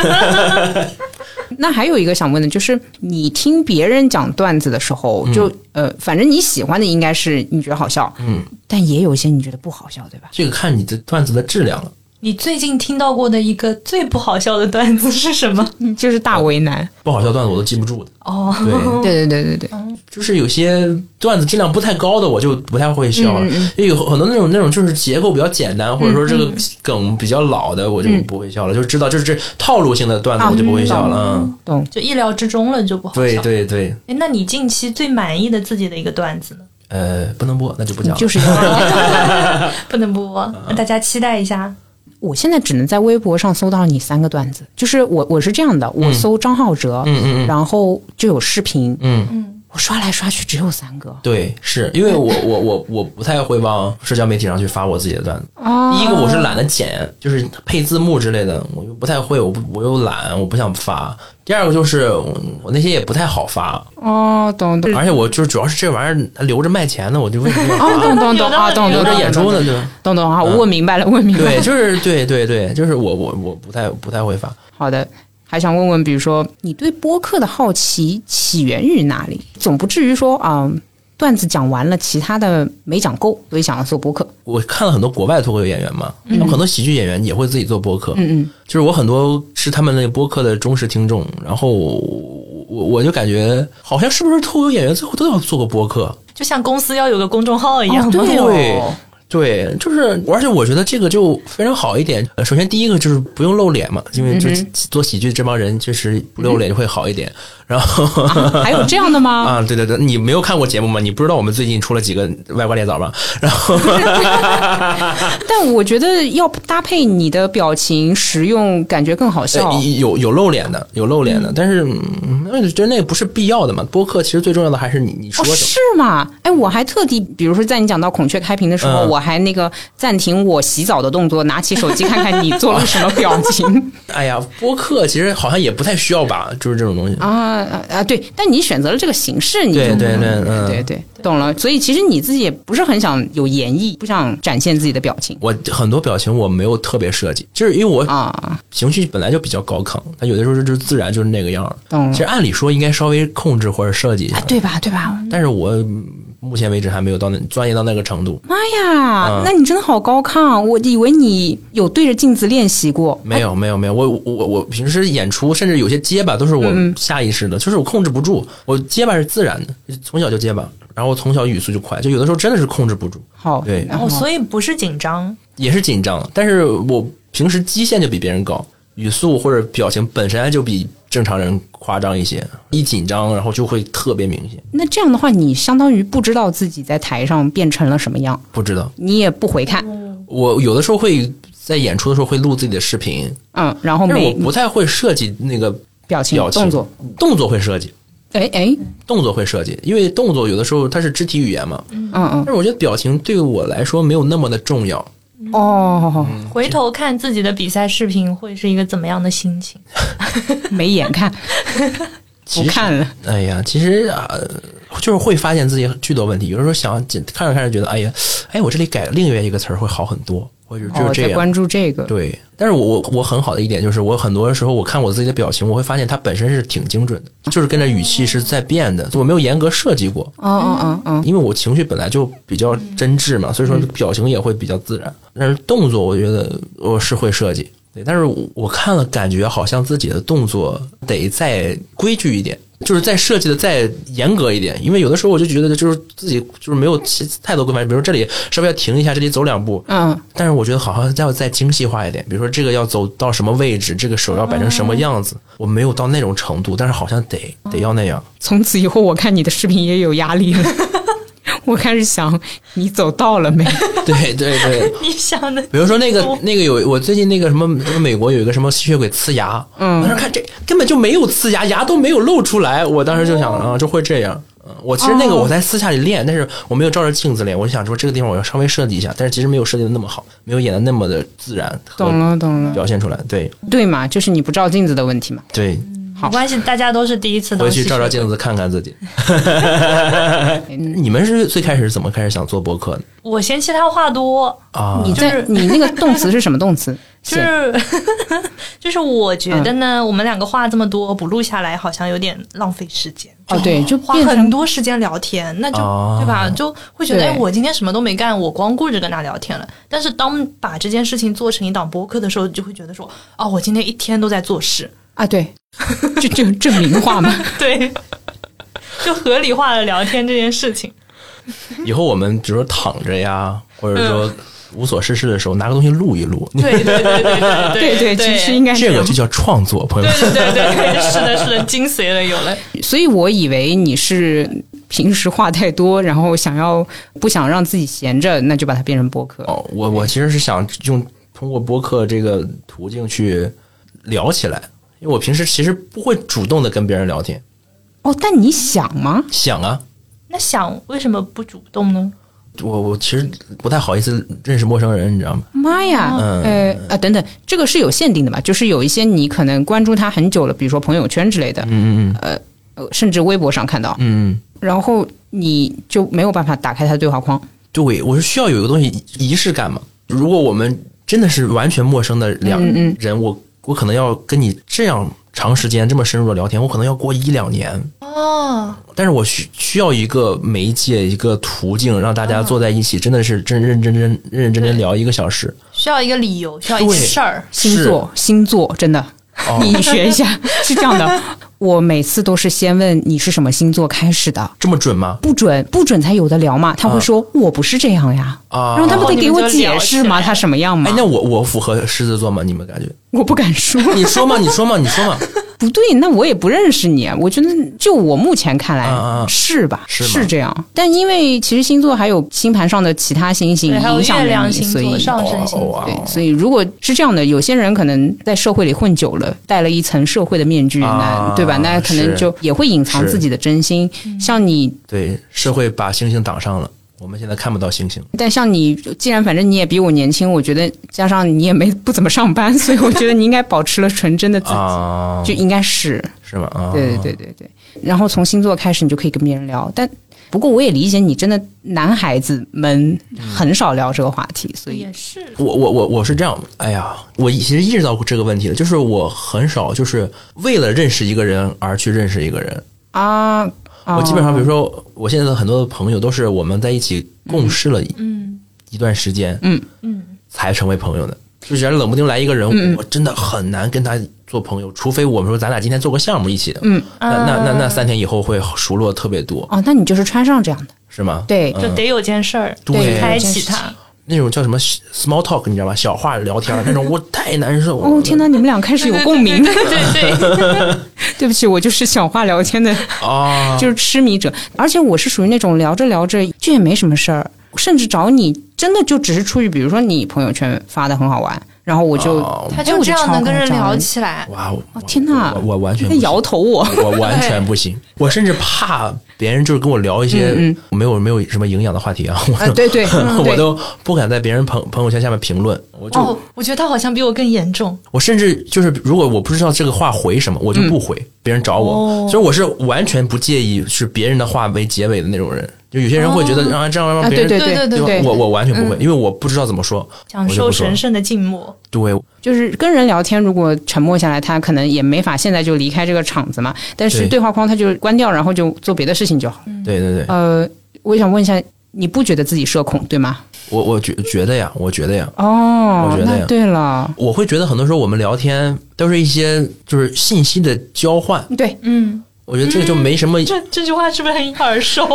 A: [laughs]
B: 那还有一个想问的，就是你听别人讲段子的时候，
A: 嗯
B: 就、呃，反正你喜欢的应该是你觉得好笑，嗯，但也有一些你觉得不好笑，对吧？
A: 这个看你的段子的质量了。
C: 你最近听到过的一个最不好笑的段子是什么？
B: 就是大为难。
A: 不好笑段子我都记不住的，
C: [laughs] 哦，
A: 对，
B: 对对对对对，
A: 就是有些段子质量不太高的，我就不太会笑了。因为有很多那种那种就是结构比较简单，或者说这个梗比较老的，我就不会笑了。就知道就是这套路性的段
B: 啊
A: 子，我就不会笑了。嗯
B: 懂。
C: 就意料之中了，就不好笑。
A: 对对对，
C: 诶那你近期最满意的自己的一个段子 [laughs] 呢？
A: 呃，不能播，那就不讲了。
B: 就是这样
C: 不能播，那大家期待一下。
B: 我现在只能在微博上搜到你三个段子，就是我我是这样的，我搜张浩哲，
A: 嗯嗯嗯
B: 然后就有视频，
A: 嗯。
B: 我刷来刷去只有三个。
A: 对，是因为我我我我不太会往社交媒体上去发我自己的段子。
B: 哦
A: 第一个我是懒得剪，就是配字幕之类的，我又不太会，我不我又懒，我不想发。第二个就是我我那些也不太好发，
B: 哦，懂懂。
A: 而且我就是主要是这玩意儿它留着卖钱呢，我就为什么要
B: 哦，
A: 发？
B: 懂懂懂啊，懂懂
A: 留
B: 懂
A: 着演出呢，
B: 懂
A: 对吧？
B: 懂懂好，
A: 嗯
B: 问明白了，问明白
A: 对，
B: [laughs] 了。
A: 就是对对对，就是我我我不太不太会发。
B: 好的，还想问问，比如说你对播客的好奇起源于哪里？总不至于说啊、段子讲完了，其他的没讲够，所以想要做播客。
A: 我看了很多国外脱口秀演员嘛，他们很多喜剧演员也会自己做播客，
B: 嗯嗯嗯，
A: 就是我很多是他们那个播客的忠实听众，然后我我我就感觉好像是不是脱口秀演员最后都要做个播客？
C: 就像公司要有个公众号一样，
B: 对
A: 哎对
B: 哦，
A: 对，就是，而且我觉得这个就非常好一点。呃
B: 嗯
A: 首先，第一个就是不用露脸嘛，因为就是做喜剧这帮人确实不露脸就会好一点。然后
B: 啊还有这样的吗？
A: 啊，对对对，你没有看过节目吗？你不知道我们最近出了几个歪瓜裂枣吗？然后
B: 但我觉得要搭配你的表情实用，感觉更好笑。
A: 呃有有露脸的，有露脸的，但是嗯那、觉得那不是必要的嘛。播客其实最重要的还是你你说
B: 哦，
A: 什么。
B: 是吗？哎，我还特地，比如说在你讲到孔雀开屏的时候，
A: 嗯
B: 我还那个暂停我洗澡的动作，拿起手机看看你做了什么表情
A: 哎呀，播客其实好像也不太需要吧，就是这种东西。
B: [laughs] 啊啊啊！对，但你选择了这个形式，你就
A: 对对对嗯
B: 对对，懂了。所以其实你自己也不是很想有演绎，不想展现自己的表情
A: 我很多表情我没有特别设计，就是因为我
B: 啊，
A: 情绪本来就比较高亢，它有的时候就是自然就是那个样儿。
B: 懂
A: 其实
B: 了。
A: 按理说应该稍微控制或者设计一下，
B: 啊，对吧？对吧？
A: 但是我嗯目前为止还没有到那专业到那个程度，
B: 妈呀，那你真的好高亢！我以为你有对着镜子练习过，
A: 没有没有没有，我我我我平时演出甚至有些结巴都是我下意识的，就是我控制不住，我结巴是自然的，从小就结巴，然后我从小语速就快，就有的时候真的是控制不住，
B: 好，
A: 对
B: 然后
C: 哦，所以不是紧张，
A: 也是紧张，但是我平时基线就比别人高，语速或者表情本身就比正常人夸张一些，一紧张然后就会特别明显，
B: 那这样的话，你相当于不知道自己在台上变成了什么样，
A: 不知道
B: 你也不回看，
C: 嗯
A: 我有的时候会在演出的时候会录自己的视频，
B: 嗯，然后
A: 但是我
B: 没
A: 不太会设计那个
B: 表情
A: 表情
B: 动作，
A: 动作会设计，
B: 哎哎，
A: 动作会设计，因为动作有的时候它是肢体语言嘛。
B: 嗯嗯
A: 但是我觉得表情对我来说没有那么的重要。
B: 哦，
A: 嗯
C: 回头看自己的比赛视频会是一个怎么样的心情？
B: 没眼
A: [laughs]
B: 看，不
A: 其实
B: 看了，
A: 哎呀，其实啊，就是会发现自己巨多问题。有的时候想紧看着看着觉得，哎呀，哎，我这里改另外一个词儿会好很多，或者就是
B: 哦，
A: 这
B: 在
A: 样。
B: 关注这个，
A: 对，但是我我我很好的一点就是，我很多时候我看我自己的表情，我会发现它本身是挺精准的，就是跟着语气是在变的，我没有严格设计过。
B: 哦哦哦哦，
A: 因为我情绪本来就比较真挚嘛，所以说表情也会比较自然。但是动作，我觉得我是会设计，对。但是我我看了，感觉好像自己的动作得再规矩一点，就是再设计的再严格一点。因为有的时候我就觉得，就是自己就是没有其太多规范，比如这里稍微要停一下，这里走两步。
B: 嗯，
A: 但是我觉得好像要再精细化一点，比如说这个要走到什么位置，这个手要摆成什么样子，我没有到那种程度，但是好像得得要那样。
B: 从此以后我看你的视频也有压力了， [laughs] 我开始想你走到
A: [laughs]
B: 了没？
A: 对对对，
C: 你想的
A: 比如说那个
B: 哦
A: 那个有我最近那个什么那个美国有一个什么吸血鬼呲牙，嗯，当时看这根本就没有呲牙，牙都没有露出来，我当时就想
B: 哦
A: 啊，就会这样。嗯我其实那个我在私下里练，但是我没有照着镜子练，我就想说这个地方我要稍微设计一下，但是其实没有设计的那么好，没有演的那么的自然和
B: 懂了懂了，
A: 表现出来。对
B: 对嘛，就是你不照镜子的问题嘛。
A: 对，
B: 好
C: [laughs] 没关系，大家都是第一次。
A: 回去照照。镜子看看自己。
B: 嗯
A: [laughs] 你们是最开始怎么开始想做博客的
C: 我嫌弃他话多，
A: 啊？
B: 你在
C: 就是
B: 你那个动词是什么动词？
C: [laughs] 就是就是我觉得呢，我们两个话这么多，不录下来好像有点浪费时间。
B: 哦，对，就
C: 花
B: 变成
C: 很多时间聊天，那就、
A: 哦
C: 对吧？就会觉得，
B: 对
C: 哎，我今天什么都没干，我光顾着跟他聊天了。但是当把这件事情做成一档播客的时候，就会觉得说，哦，我今天一天都在做事，
B: 啊，对，就就证明化 [laughs] 嘛。
C: 对，就合理化了聊天这件事情。
A: 以后我们比如说躺着呀，或者说
B: 嗯
A: 无所事事的时候，拿个东西录一录，
C: 对对对对
B: 对对，
C: 对
B: 其实应该
A: 这个就叫创作，朋友
C: 对
A: 们。
C: 对对对，是的，是的，精髓了，有了。
B: 所以我以为你是平时话太多，然后想要不想让自己闲着，那就把它变成播客。
A: 哦，我我其实是想用通过播客这个途径去聊起来，因为我平时其实不会主动的跟别人聊天，
B: 哦，但你想吗？
A: 想啊，
C: 那想为什么不主动呢？
A: 我我其实不太好意思认识陌生人，你知道吗？
B: 妈呀，
A: 嗯
B: 呃啊，等等，这个是有限定的嘛？就是有一些你可能关注他很久了，比如说朋友圈之类的，
A: 嗯嗯
B: 呃，甚至微博上看到，
A: 嗯嗯，
B: 然后你就没有办法打开他的对话框。
A: 对，我是需要有一个东西仪式感嘛。如果我们真的是完全陌生的两人，
B: 嗯
A: 我我可能要跟你这样长时间这么深入的聊天，我可能要过一两年，
C: 哦，
A: 但是我需需要一个媒介，一个途径，让大家
B: 嗯
A: 坐在一起，真的是真认真真认认真真聊一个小时。
C: 需要一个理由，需要一个
A: 对
C: 事儿。
B: 星座，星座真的，
A: 哦
B: [laughs] 你学一
C: [laughs]
B: 下，是这样的。我每次都是先问你是什么星座开始的，
A: 这么准吗？
B: 不准不准才有的聊嘛。他会说、我不是这样呀，
A: 啊
B: 然后他不得给我解释
C: 嗯哦哦你们就聊起来
B: 吗？他什么样吗？
A: 哎，那我我符合狮子座吗？你们感觉？
C: [laughs]
B: 我不敢说，
A: 你说嘛，你说嘛，你说嘛。
B: 不对，那我也不认识你。我觉得就我目前看来、
A: 嗯嗯
B: 是吧？
A: 是吗
B: 这样，但因为其实星座还有星盘上的其他星星
C: 对，还有
B: 影响
C: 月
B: 着
C: 亮
B: 你
C: 星
B: 所以
C: 座、上升星座，
A: 哦
B: 对，所以如果是这样的，有些人可能在社会里混久了，戴了一层社会的面具，
A: 啊
B: 那对吧？那可能
A: 是
B: 就也会隐藏
A: 是
B: 自己的真心。像你，
A: 对，社会把星星挡上了，我们现在看不到星星。
B: 但像你，既然反正你也比我年轻，我觉得加上你也没不怎么上班，所以我觉得你应该保持了纯真的自己，
A: 啊，
B: 就应该是。
A: 是吗？啊，
B: 对对对对对。然后从星座开始，你就可以跟别人聊。但不过我也理解你，真的男孩子们很少聊这个话题，所以
C: 也是
A: 我我我我是这样，哎呀，我其实意识到过这个问题了，就是我很少就是为了认识一个人而去认识一个人。
B: 啊，
A: 我基本上，比如
B: 说，
A: 说我现在的很多的朋友都是我们在一起共事了一
C: 嗯
A: 一段时间，
B: 嗯
C: 嗯，
A: 才成为朋友的。就假如冷不丁来一个人，
B: 嗯
A: 我真的很难跟他做朋友，除非我们说咱俩今天做个项目一起的，
B: 嗯，
A: 那那那那
C: 啊
A: 三天以后会熟络特别多，
B: 哦，那你就是穿上这样的，
A: 是吗？
B: 对
A: 嗯
C: 就得有件事儿
A: 对
C: 开启它，
A: 那种叫什么 small talk，你知道吧？小话聊天儿
B: [laughs]
A: 那种，我太难受了。
B: 哦，天哪，你们俩开始有共鸣。
C: 对对对对，
B: [laughs] 对不起，我就是小话聊天的，
A: 啊！
B: [laughs] 就是痴迷者，而且我是属于那种聊着聊着就也没什么事儿，甚至找你真的就只是出于，比如说你朋友圈发的很好玩，然后我就，
A: 啊
C: 他
B: 哎
C: 就
B: 我
C: 这
B: 就
C: 样
B: 超
C: 能跟
B: 夸
C: 人
B: 张
A: 哎
C: 聊
B: 了
C: 起来。
A: 哇，我
B: 哦天哪
A: 我我我完全
B: 他
A: 不行
B: 摇头我，
A: 我完全不行，我甚至怕别人就是跟我聊一些
B: 嗯
A: 没有没有什么营养的话题啊，我
B: 啊，
A: 都 [laughs]
B: 对对，嗯
A: 我
B: 对
A: 都不敢在别人朋朋友圈下面评论，我就
C: 哦，我觉得他好像比我更严重。
A: 我甚至就是如果我不知道这个话回什么，我就
B: 嗯
A: 不回别人找我，
C: 哦
A: 所以我是完全不介意是别人的话为结尾的那种人。就有些人会觉得啊，这样让
B: 啊，
A: 别人
B: 对对
C: 对
B: 对
A: 吧
B: 对，嗯
A: 我我完全不会，因为我不知道怎么说，
C: 享
A: 我就
C: 受
A: 不说
C: 神圣的静默，
A: 对，
B: 就是跟人聊天，如果沉默下来，他可能也没法现在就离开这个场子嘛，但是
A: 对
B: 对话框他就关掉，然后就做别的事情就好。
C: 嗯
A: 对对对，
B: 呃，我想问一下，你不觉得自己社恐对吗？
A: 我我觉觉得呀，我觉得呀，
B: 哦
A: 我，觉得
B: 那
A: 呀
B: 对了，
A: 我会觉得很多时候我们聊天都是一些就是信息的交换，
B: 对，
C: 嗯，
A: 我觉得这个就没什么。
B: 嗯
C: 这这句话是不是很
A: [laughs]
C: 耳熟？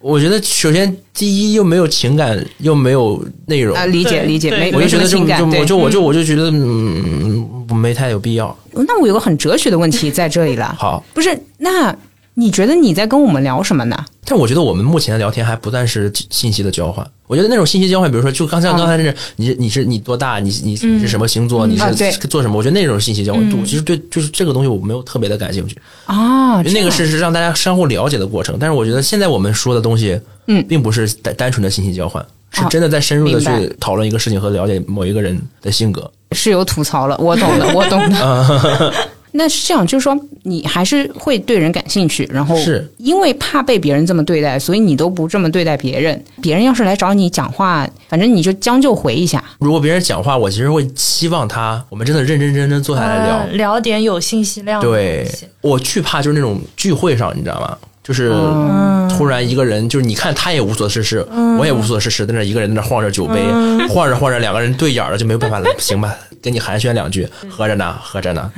A: 我觉得首先第一又没有情感，又没有内容，
B: 啊，理解
C: 对
B: 理解，
C: 对
B: 没
A: 我
B: 没
A: 就觉
B: 什么
A: 得就
B: 情感，
A: 就
B: 对
A: 我就我就我就觉得嗯，没太有必要。
B: 那我有个很哲学的问题在这里了，
A: 好，
B: 不是？那你觉得你在跟我们聊什么呢？
A: 但我觉得我们目前的聊天还不算是信息的交换。我觉得那种信息交换，比如说，就刚才
B: 嗯
A: 刚才是你你是你多大，你你
C: 嗯
A: 你是什么星座，你
B: 啊对
A: 是做什么？我觉得那种信息交换，
C: 嗯
A: 我其实对就是这个东西我没有特别的感兴趣。
B: 啊，
A: 那
B: 这
A: 个
B: 样
A: 是是让大家相互了解的过程。但是我觉得现在我们说的东西，
B: 嗯
A: 并不是单单纯的信息交换，是
B: 哦
A: 真的在深入的
B: 明白
A: 去讨论一个事情和了解某一个人的性格。
B: 是有吐槽了，我懂的，我懂的。
A: [laughs]
B: 那是这样，就是说你还是会对人感兴趣，然后
A: 是
B: 因为怕被别人这么对待，所以你都不这么对待别人。别人要是来找你讲话，反正你就将就回一下。
A: 如果别人讲话，我其实会期望他，我们真的认认真真坐下来聊。
C: 啊聊点有信息量的
A: 对
C: 东西，
A: 我惧怕就是那种聚会上，你知道吗？就是
B: 嗯
A: 突然一个人，就是你看他也无所事事，我也无所事事，在那一个人在那晃着酒杯，
B: 嗯
A: 晃着晃着两个人对眼了，就没有办法了。行吧，跟你寒暄两句，合着呢，合着呢，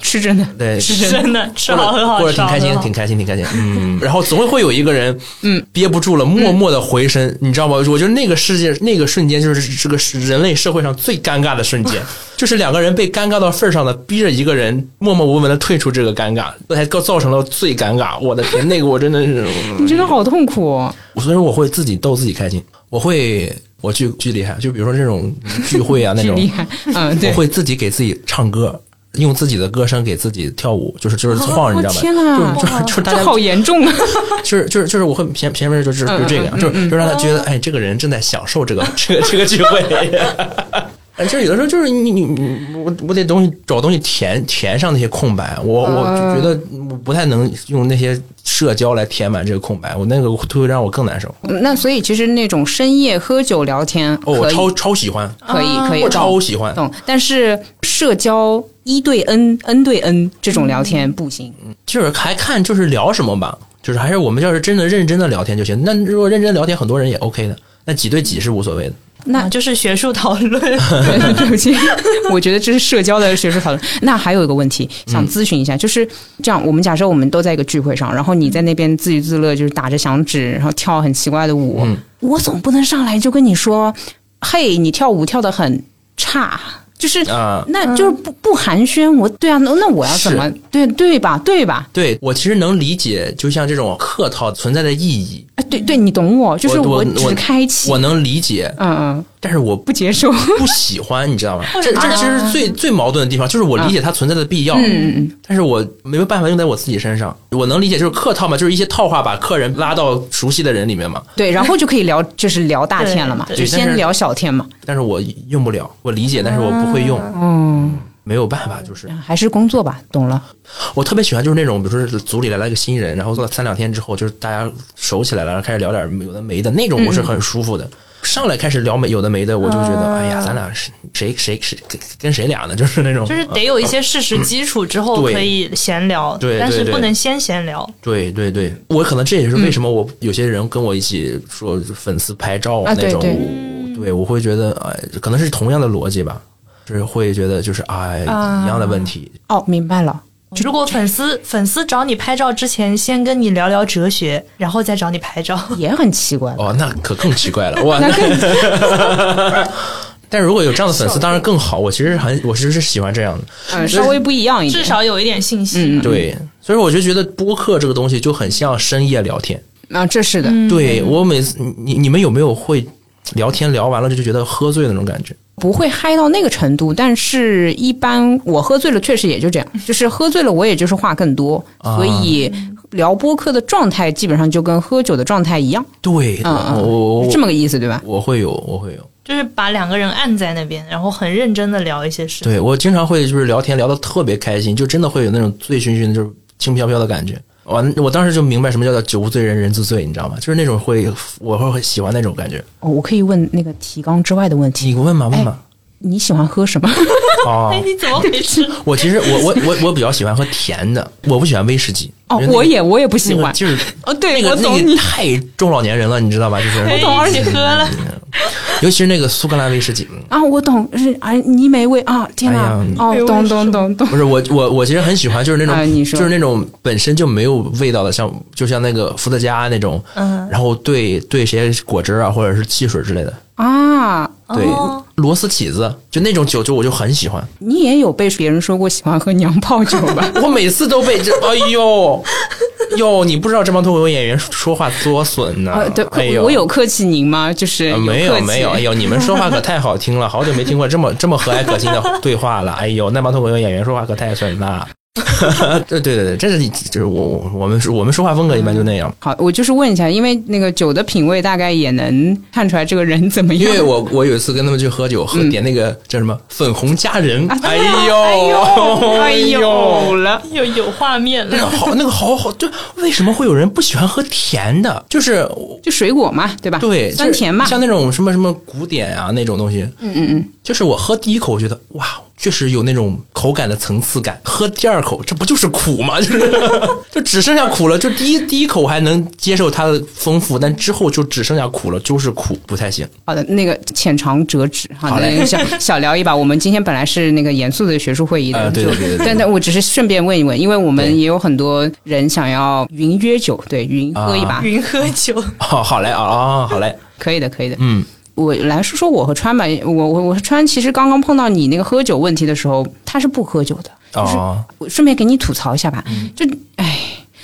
B: 是真的， [laughs]
A: 对，
C: [laughs] 真的吃好喝好，
A: 过得
C: 吃
A: 挺
C: 好
A: 开
C: 喝
A: 心，
C: 好
A: 挺开心，挺 [laughs] 开心。嗯，然后总会有一个人，嗯，憋不住了，默默的回身，你知道吗？我觉得那个世界那个瞬间就是这个人类社会上最尴尬的瞬 [laughs] 间，就是两个人被尴尬到份儿上的，逼着一个人默默无闻的退出这个尴尬，那才造成了最尴尬。我的天，那个我真的是，
B: 你真的好痛苦、哦。
A: [laughs] 所以说我会自己逗自己开心，我会我去巨厉害，就比如说这种聚会 [laughs] 啊那
B: 巨
A: 种，
B: 厉害，嗯，对
A: 我，会自己给自己唱歌，用自己的歌声给自己跳舞，就是就是晃，你知道
B: 哦
A: 吧？
B: 天哪
A: 就是就是就是大
B: 这
A: 家
B: 好严重啊！
A: 就是就是就是我会前前面就是
B: 嗯
A: 就这个样，就是就让他觉得哎，这个人正在享受
B: [laughs]
A: 这个这个这个聚会。哎，就是有的时候就是你你你我我得东西找东西填填上那些空白，我我
B: 嗯
A: 就觉得我不太能用那些社交来填满这个空白，我那个会让我更难受。
B: 嗯那所以其实那种深夜喝酒聊天，
A: 哦，我
B: 可以，
A: 超超喜欢，
B: 可以，可以，
A: 我
B: 懂
A: 超喜欢。
B: 懂。但是社交一对 N，N 对 N 这种聊天不行。
A: 就是还看就是聊什么吧，就是还是我们要是真的认真的聊天就行。那如果认真地聊天，很多人也 OK 的。那几对几是无所谓的。
B: 那
C: 啊就是学术讨论，
B: [laughs]
C: [laughs]
B: 对不起，我觉得这是社交的学术讨论。那还有一个问题
A: 嗯
B: 想咨询一下，就是这样，我们假设我们都在一个聚会上，然后你在那边自娱自乐，就是打着响指，然后跳很奇怪的舞，
A: 嗯
B: 我总不能上来就跟你说，嘿，你跳舞跳得很差。就是、
A: 啊
B: 那就是不不寒暄，我对啊，那那我要怎么对对吧对吧？
A: 对我其实能理解，就像这种客套存在的意义，
B: 啊，对对，你懂我，就是
A: 我我
B: 只
A: 我
B: 是开启，
A: 我能理解，
B: 嗯嗯，
A: 但是我
B: 不接 [laughs] 受，
A: 不喜欢，你知道吗？这
C: 啊
A: 这其实是最最矛盾的地方，就是我理解它存在的必要，
B: 嗯
A: 但是我没有办法用在我自己身上。我能理解，就是客套嘛，就是一些套话把客人拉到熟悉的人里面嘛。
B: 对，然后就可以聊，就是聊大天了嘛，
C: 对
B: 就
A: 对但
B: 先
A: 是
B: 聊小天嘛，
A: 但是我用不了，我理解，但是我不会用，
B: 嗯，
A: 没有办法。就是
B: 还是工作吧，懂了，
A: 我特别喜欢，就是那种比如说组里来了一个新人，然后做了三两天之后，就是大家熟起来了，然后开始聊点有的没的，那种我是很舒服
C: 嗯
A: 的。上来开始聊没有的没的，我就觉得、哎呀，咱俩是谁谁谁跟跟谁俩呢？就是那种
C: 啊
A: 啊
C: 就是得有一些事实基础之后
A: 对
C: 可以闲聊，
A: 对对
C: 但是
A: 对
C: 不能先闲聊。
A: 对对对，我可能这也是为什么我有些人跟我一起说粉丝拍照
B: 啊
A: 那种，
B: 对对
C: 嗯
A: 我对我会觉得哎，可能是同样的逻辑吧，就是会觉得就是哎
C: 啊
A: 一样的问题，
B: 哦，明白了，
C: 如果粉丝粉丝找你拍照之前，先跟你聊聊哲学，然后再找你拍照，
B: 也很奇怪，
A: 哦，那可更奇怪了，哇！那 [laughs] 但如果有这样的粉丝，当然更好。我其实很，我其实是喜欢这样的，
B: 嗯，稍微不一样一点，
C: [laughs] 至少有一点信息。
A: 对。所以我就觉得播客这个东西就很像深夜聊天。
B: 啊，这是的，
A: 对我每次，你你你们有没有会聊天聊完了就觉得喝醉的那种感觉？
B: 不会嗨到那个程度，但是一般我喝醉了，确实也就这样， [laughs] 就是喝醉了，我也就是话更多，
A: 啊
B: 所以聊播客的状态基本上就跟喝酒的状态一样，
A: 对，
B: 嗯嗯
A: 我我我
B: 是这么个意思对吧？
A: 我会有，我会有。
C: 就是把两个人按在那边，然后很认真的聊一些事。
A: 对我经常会就是聊天聊得特别开心，就真的会有那种醉醺醺的，就是轻飘飘的感觉。完，我当时就明白什么叫做酒不醉人人自醉，你知道吗？就是那种会，我会很喜欢那种感觉。
B: 哦，我可以问那个提纲之外的问题，
A: 你问嘛问嘛
B: 你喜欢喝什
A: [laughs]
B: 么？
A: 啊！
C: 哎，你怎么回
A: [laughs]
C: 事？
A: 我其实我我我我比较喜欢喝甜的，我不喜欢威士忌。
B: 哦
A: 觉得那，个
B: 我也我也不喜
A: 那个
B: 欢。
A: 就是
B: 哦，对，
A: 那个
B: 我懂
A: 那
B: 你
A: 个。太中老年人了，你知道吧？就是嗯
C: 哎
B: 懂而
C: 一
B: 且
C: 起喝了，
A: 尤其是那个苏格兰威士忌，嗯
B: 啊，我懂，是哎，泥煤味啊！天哪
A: 哎呀，
B: 哦
C: 哎，呦
B: 懂懂懂懂，
A: 不是我我我其实很喜欢，就是那种、
B: 啊你说
A: 就是那种本身就没有味道的，像就像那个伏特加那种，
C: 嗯
A: 然后兑兑些果汁啊或者是汽水之类的，
B: 啊！
A: 对，
C: 哦
A: 螺丝起子就那种酒，就我就很喜欢，
B: 你也有被别人说过喜欢喝娘炮酒吧？
A: [laughs] 我每次都被这，哎呦。
B: [laughs]
A: 哟，你不知道这帮脱口秀演员说话多损呢、
B: 啊，对，
A: 哎呦，
B: 我有客气您吗？就是
A: 呃没有
B: 客气
A: 没有，哎，呦，你们说话可太好
B: [laughs]
A: 听了，好久没听过这么这么和蔼可亲的对话了。哎呦，那帮脱口秀演员说话可太损了。 [laughs] 对对对对，这是你就是我我我们我们说话风格一般就那样，
B: 好，我就是问一下，因为那个酒的品味大概也能看出来这个人怎么
A: 因
B: 样。
A: 为我我有一次跟他们去喝酒，喝点那个叫什么粉红佳人，
B: 啊
A: 哎呦
C: 哎呦
A: 呦，
B: 了，
C: 有有画面
A: 那个
C: 了。
A: 好那个好好，就为什么会有人不喜欢喝甜的？就是
B: 就水果嘛，对吧？
A: 对
B: 酸甜嘛
A: 就是。像那种什么什么古典啊那种东西，嗯嗯嗯，就是我喝第一口，我觉得哇，确实有那种口感的层次感。喝第二口，这不就是苦吗？ [laughs] 就是就只剩下苦了。就第一第一口我还能接受它的丰富，但之后就只剩下苦了，就是苦，不太行。 [laughs]
B: 好的，那个浅尝辄止，好
A: 好
B: 的，
A: 嘞 [laughs]
B: 那个小小聊一把。我们今天本来是那个严肃的学术会议的，
A: 啊对
B: 就
A: 对对对对
B: 但但我只是顺便问一问，因为我们
A: 对
B: 也有很多人想要云约酒，对，云喝一把，
A: 啊
C: 云喝酒，
A: 哦，好嘞啊啊，好嘞，
B: 可以的，可以的。
A: 嗯，
B: 我来说说我和川吧，我我我和川其实刚刚碰到你那个喝酒问题的时候，他是不喝酒的，就是
A: 哦，
B: 我顺便给你吐槽一下吧，就哎，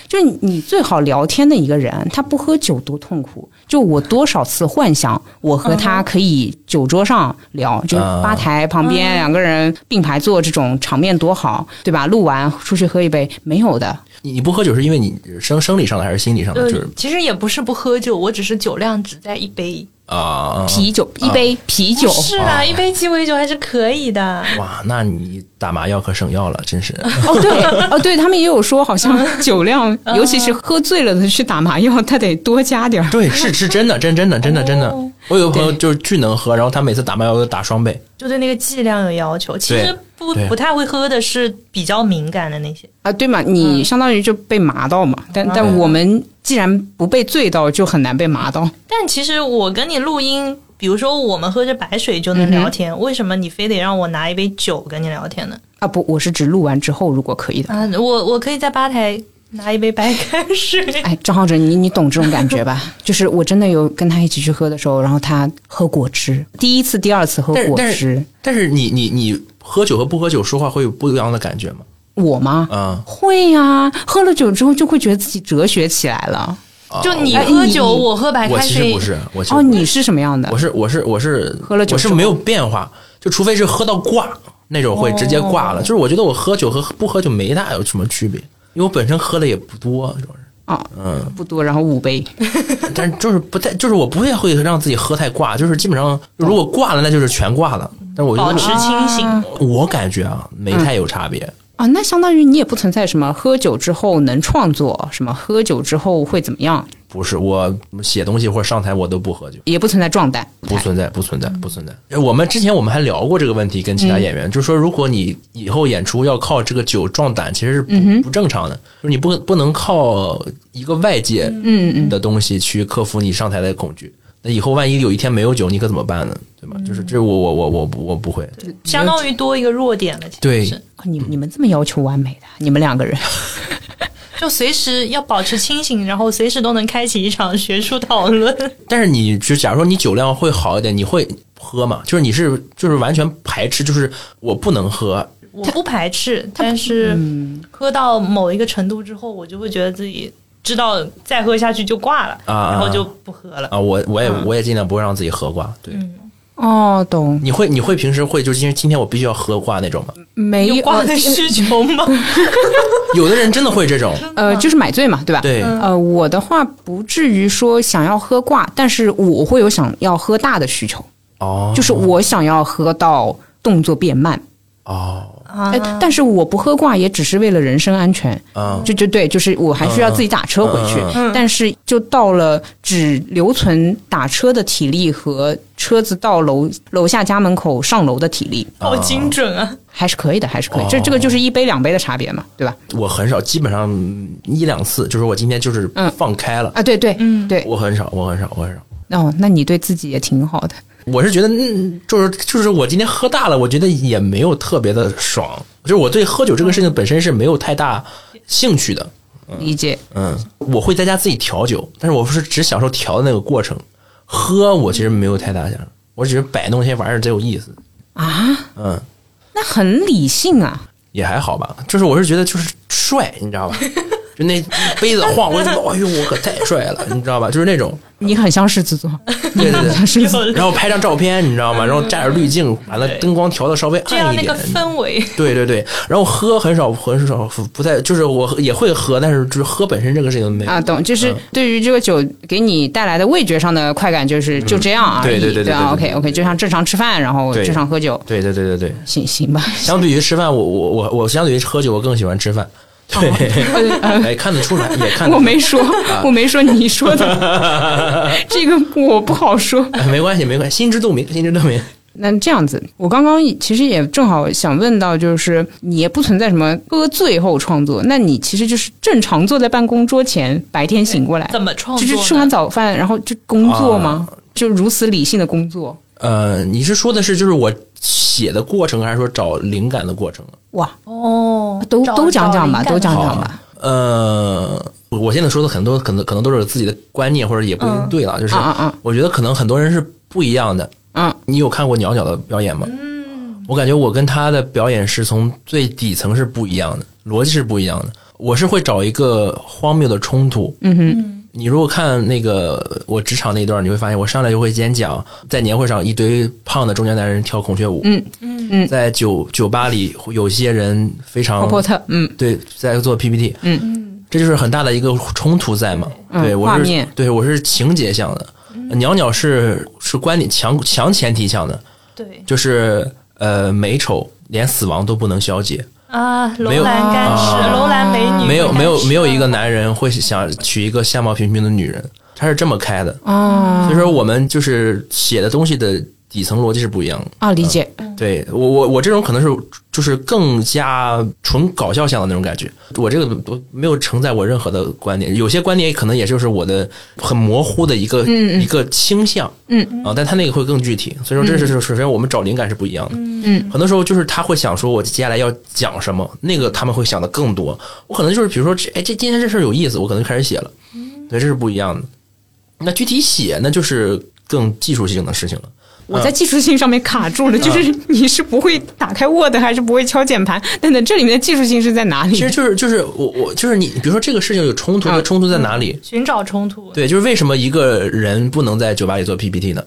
B: 就你最好聊天的一个人，他不喝酒多痛苦。就我多少次幻想，我和他可以酒桌上聊，就是吧台旁边两个人并排坐这种场面多好，对吧？录完出去喝一杯，没有的。
A: 你你不喝酒是因为你生生理上的还是心理上的？
B: 呃
A: 就是
C: 呃其实也不是不喝酒，我只是酒量只在一
A: 啊
C: 杯。
A: 啊，啊
B: 啤酒一杯啤酒
C: 不，啊是啦，一杯鸡尾酒还是可以的。
A: 哇，那你打麻药可省药了，真是。
B: 哦对哦对，他们也有说，好像酒量，尤其是喝醉了的去打麻药，他得多加点
A: [laughs]
B: 儿。
A: 对，是是真的，真真的真的真的
C: 哦。
A: 我有个朋友就是巨能喝，然后他每次打麻药都打双倍。
C: 就对那个剂量有要求。其实
A: 对
C: 不
A: 对
C: 不太会喝的是比较敏感的那些，
B: 啊，对嘛，你相当于就被麻到嘛，但但
A: 嗯
B: 我们既然不被醉到，就很难被麻到。
C: 但其实我跟你录音。比如说，我们喝着白水就
A: 嗯
C: 能聊天，为什么你非得让我拿一杯酒跟你聊天呢？
B: 啊不，我是指录完之后如果可以的。
C: 啊，我我可以在吧台拿一杯白开
A: [laughs]
C: 水，
B: 哎，张浩哲，你你懂这种感觉吧？ [laughs] 就是我真的有跟他一起去喝的时候，然后他喝果汁，第一次、第二次喝
A: 但是
B: 果
A: 但是
B: 汁，
A: 但是你你你喝酒和不喝酒说话会有不一样的感觉吗？
B: 我吗？
A: 啊、
B: 会呀、喝了酒之后就会觉得自己哲学起来了。
A: 啊
C: 就你
B: 哎
C: 喝
B: 你
C: 酒，我喝
A: 哎
C: 白
A: 我
C: 开
A: 其实
C: 水
A: 不，是，我其实
B: 哦，你是什么样的
A: 我？是我是我是
B: 喝了酒
A: 我是
B: 之后
A: 没有变化，就除非是喝到挂那种会直
B: 哦
A: 接挂了。就是我觉得我喝酒和不喝酒没大有什么区别，因为我本身喝的也不多，主要是。
B: 哦，
A: 嗯，
B: 不多，然后五杯。
A: 但是就是不太，就是我不太会让自己喝太挂，就是基本上如果挂了，那就是全挂了。但我觉
C: 保
A: 得
C: 持清醒。
A: 我感觉啊，没太有差别。
B: 啊，那相当于你也不存在什么喝酒之后能创作，什么喝酒之后会怎么样，
A: 不是我写东西或者上台，我都不喝酒。
B: 也不嗯存在壮胆。
A: 不存在，不存在，不存在。呃我们之前我们还聊过这个问题，跟其他演员，
B: 嗯
A: 就是说，如果你以后演出要靠这个酒壮胆，其实是不,、
B: 嗯
A: 不正常的，就是你不不能靠一个外界
B: 嗯嗯，
A: 的东西去克服你上台的恐惧。那以后万一有一天没有酒，你可怎么办呢？对
B: 嗯
A: 吧？就是这我我我我不我不会，
C: 相当于多一个弱点了。其实
A: 对
C: 是
B: 哦你你们这么要求完美的，你们两个人
C: 就随时要保持清醒，然后随时都能开启一场学术讨论。
A: [laughs] 但是你就假如说你酒量会好一点，你会喝吗？就是你是就是完全排斥，就是我不能喝，
C: 我不排斥，但是
A: 嗯
C: 喝到某一个程度之后，我就会觉得自己知道再喝下去就挂了，
A: 啊啊
C: 然后就不喝了。
A: 啊，我我也、
B: 嗯
A: 我也尽量不会让自己喝挂。对，
B: 哦，懂
A: 你会你会平时会就是今天今天我必须要喝挂那种吗？
B: 没
C: 有
B: 有
C: 挂的需求
B: [laughs]
C: 吗？
A: 哦有的人真的会这种，
B: 呃，就是买醉嘛，对吧？。
A: 对，
B: 呃，我的话不至于说想要喝挂，但是我会有想要喝大的需求，
A: 哦，
B: 就是我想要喝到动作变慢。
A: 哦，
B: 哎、但是我不喝挂也只是为了人身安全，
A: 嗯，
B: 就就对，就是我还需要自己打车回去，
A: 嗯
B: 但是就到了只留存打车的体力和车子到楼楼下家门口上楼的体力，
C: 好精准啊！
B: 还是可以的，还是可以。
A: 哦嗯
B: 这这个就是一杯两杯的差别嘛，对吧？
A: 我很少，基本上一两次，就是我今天就是
B: 嗯
A: 放开了，
B: 啊，对对，嗯，对。
A: 我很少，我很少，我很少。
B: 哦，那你对自己也挺好的。
A: 我是觉得，嗯，就是就是我今天喝大了，我觉得也没有特别的爽，就是我对喝酒这个事情本身是没有太大兴趣的。
B: 理解，
A: 嗯，我会在家自己调酒，但是我不是只享受调的那个过程，喝我其实没有太大想，我只是摆弄这些玩意儿贼有意思。
B: 啊，
A: 嗯，
B: 那很理性啊。
A: 也还好吧，就是我是觉得就是帅，你知
C: [laughs]
A: 道吧？就那杯子晃，我就哎呦，我可太帅了，你知道吧？就是那种，
B: 你很像狮子座，
A: 对对
B: 很
A: 对
C: 嗯
B: 像。 [laughs] 狮子座。
A: 然后拍张照片，你知道吗？然后加点滤镜，把那灯光调的稍微
C: 这样
A: 暗一
C: 那个
A: 点。
C: 氛围，
A: 对对对，然后喝很少，很少不太，就是我也会喝，但是就是喝本身这个事情没有。
B: 啊，懂，
A: 嗯
B: 就是对于这个酒给你带来的味觉上的快感，就是就这样而已，
A: 嗯对对对对
B: 啊
A: 对对
B: ，OK OK，就像正常吃饭，然后
A: 对
B: 正常喝酒，
A: 对对对对对，
B: 行
A: [laughs]
B: 行吧，
A: 相比于吃饭，我我我我相比于喝酒，我更喜欢吃饭。对， [laughs] 哎，看得出来，也看得出来
B: 哦我没说，
A: 啊
B: 我没说你说的，
A: [laughs]
B: 这个我不好说。
A: 哎没关系，没关系，心知肚明，心知肚明。
B: 那这样子，我刚刚其实也正好想问到，就是你也不存在什么喝醉后创作，那你其实就是正常坐在办公桌前，白天醒过来，
C: 怎么创
B: 就
C: 作
B: 是
C: 呢？
B: 吃完早饭，然后就工作吗？
A: 啊
B: 就如此理性的工作，
A: 呃，你是说的是就是我写的过程，还是说找灵感的过程？
B: 哇，
C: 哦，
B: 都
C: 找
B: 都讲讲吧，
C: 找
B: 都
C: 灵感
B: 讲
A: 好
B: 讲吧。
A: 呃，我我现在说的很多，可能可能都是自己的观念，或者也不一定对了。就是
B: 嗯嗯嗯
A: 我觉得可能很多人是不一样的。
B: 嗯，
A: 你有看过鸟鸟的表演吗？嗯，我感觉我跟他的表演是从最底层是不一样的，逻辑是不一样的。我是会找一个荒谬的冲突。
B: 嗯哼，
A: 你如果看那个我职场那段，你会发现我上来就会演讲，在年会上一堆胖的中年男人跳孔雀舞。
B: 嗯嗯
A: 在酒酒吧里有些人非常
B: 霍伯特，嗯
A: 对，在做 PPT，
B: 嗯
A: 这就是很大的一个冲突在嘛。
B: 嗯
A: 对，
B: 画
A: 我是
B: 面
A: 对我是情节向的，鸟鸟是是观点强强前提向的，
C: 对
A: 就是呃美丑连死亡都不能消解，
C: 啊，楼
A: 没有
C: 兰干尸，
A: 啊
C: 楼兰美
B: 嗯
C: 女，
A: 没有没有没有一
C: 个
A: 个男人会想娶一个相貌平平的女人，他是这么开的。
B: 啊
A: 所以说我们就是写的东西的底层逻辑是不一样的。
B: 啊，理解。
A: 对我我我这种可能是就是更加纯搞笑向的那种感觉，我这个都没有承载我任何的观点，有些观点可能也就是我的很模糊的一个、
B: 嗯嗯
A: 一个倾向，
B: 嗯
A: 啊，但他那个会更具体，所以说这是就是首先我们找灵感是不一样的，
B: 嗯
A: 很多时候就是他会想说我接下来要讲什么，那个他们会想的更多，我可能就是比如说这哎这今天这事儿有意思，我可能就开始写了，对，这是不一样的。那具体写那就是更技术性的事情了。
B: 我在技术性上面卡住了，
A: 嗯
B: 就是你是不会打开 Word 还是不会敲键盘等等，这里面的技术性是在哪里？
A: 其实就是就是我我就是你，比如说这个事情有冲突，
B: 啊
A: 那冲突在哪里？
C: 寻找冲突。
A: 对，就是为什么一个人不能在酒吧里做 PPT 呢？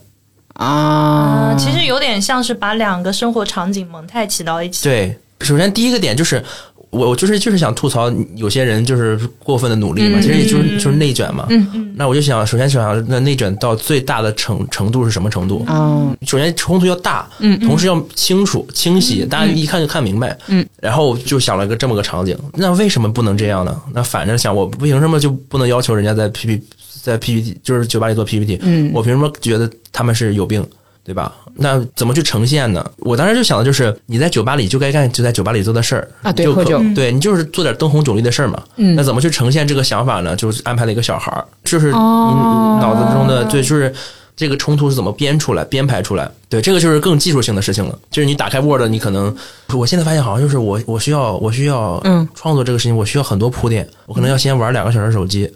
B: 啊
C: 嗯，其实有点像是把两个生活场景蒙太奇到一起。
A: 对，首先第一个点就是。我我就是就是想吐槽有些人就是过分的努力嘛，
B: 嗯
A: 其实也就是就是内卷嘛。嗯嗯。那我就想，首先想那内卷到最大的程程度是什么程度？
B: 嗯
A: 首先冲突要大，
B: 嗯
A: 同时要清楚清晰，大家一看就看明白，
B: 嗯，
A: 然后就想了个这么个场景，那为什么不能这样呢？那反着想，我凭什么就不能要求人家在 P P 在 P P T 就是酒吧里做 P P T？
B: 嗯
A: 我凭什么觉得他们是有病？对吧？那怎么去呈现呢？我当时就想的就是，你在酒吧里就该干就在酒吧里做的事儿
B: 啊对
A: 就可
B: 喝酒
A: 对你就是做点灯红酒绿的事儿嘛。
B: 嗯
A: 那怎么去呈现这个想法呢？就是安排了一个小孩儿，就是你
B: 哦
A: 脑子中的对，就是这个冲突是怎么编出来、编排出来？对，这个就是更技术性的事情了。就是你打开 Word，你可能我现在发现好像就是我我需要我需要
B: 嗯
A: 创作这个事情，我需要很多铺垫，我可能要先玩两个小时手机，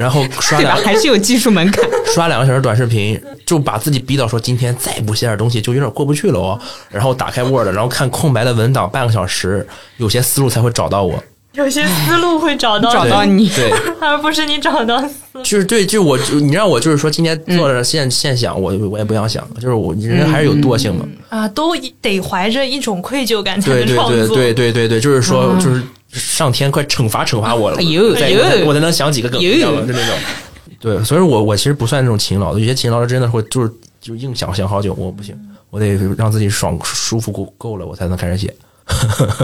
A: 然后刷
B: 对
A: 两
B: 吧？还是有技术门槛。
A: 刷两个小时短视频，就把自己逼到说今天再不写点东西就有点过不去了哦。然后打开 Word，然后看空白的文档半个小时，有些思路才会找到我。
C: 有些思路会
A: [laughs]
C: 找到
B: 找到你 [laughs]
A: 对，
C: 而不是你找到思路。
A: 就是对，就是我，你让我就是说今天坐
B: 嗯
A: 着现现想，我我也不想想，就是我人还是有惰性嘛。
C: 啊，都得怀着一种愧疚感才
A: 对
C: 能
A: 对
C: 创
A: 对
C: 作。
A: 对对对对，就是说就是上天快惩罚惩罚我了，
B: 嗯哎呦
A: 我再
B: 哎呦
A: 我再我才能想几个梗，
B: 哎呦
A: 你知道吗？就那种。对，所以我我其实不算那种勤劳的，有些勤劳的真的会就是就硬想想好久，我不行，我得让自己爽舒服够够了，我才能开始写。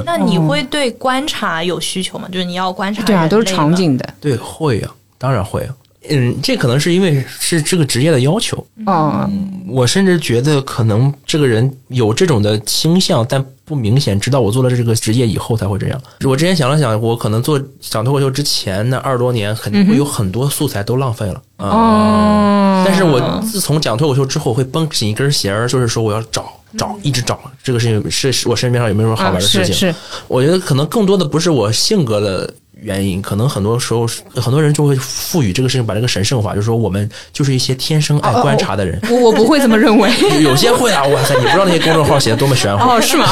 C: 那你会对观察有需求吗？就是你要观察
B: [laughs] 对啊，
C: 人
B: 都是
C: 类
B: 场
C: 吗。
B: 景的。
A: 对，会呀、当然会、啊。嗯，这可能是因为是这个职业的要求，
B: 哦，
A: 我甚至觉得，可能这个人有这种的倾向，但不明显。直到我做了这个职业以后，才会这样。我之前想了想，我可能做讲脱口秀之前那二十多年，肯定会有很多素材都浪费了啊、
B: 哦
A: 但是我自从讲脱口秀之后，会绷紧一根弦儿，就是说我要找找，一直找这个事情是是我身边上有没有什么好玩的事情。
B: 是嗯啊是，
A: 我觉得可能更多的不是我性格的原因，可能很多时候是很多人就会赋予这个事情把这个神圣化，就说我们就是一些天生
B: 哦
A: 爱观察的人。
B: 我我不会这么认为。
A: 有些会啊，哇塞！你不知道那些公众号写的多么玄乎，
B: 哦，是吗？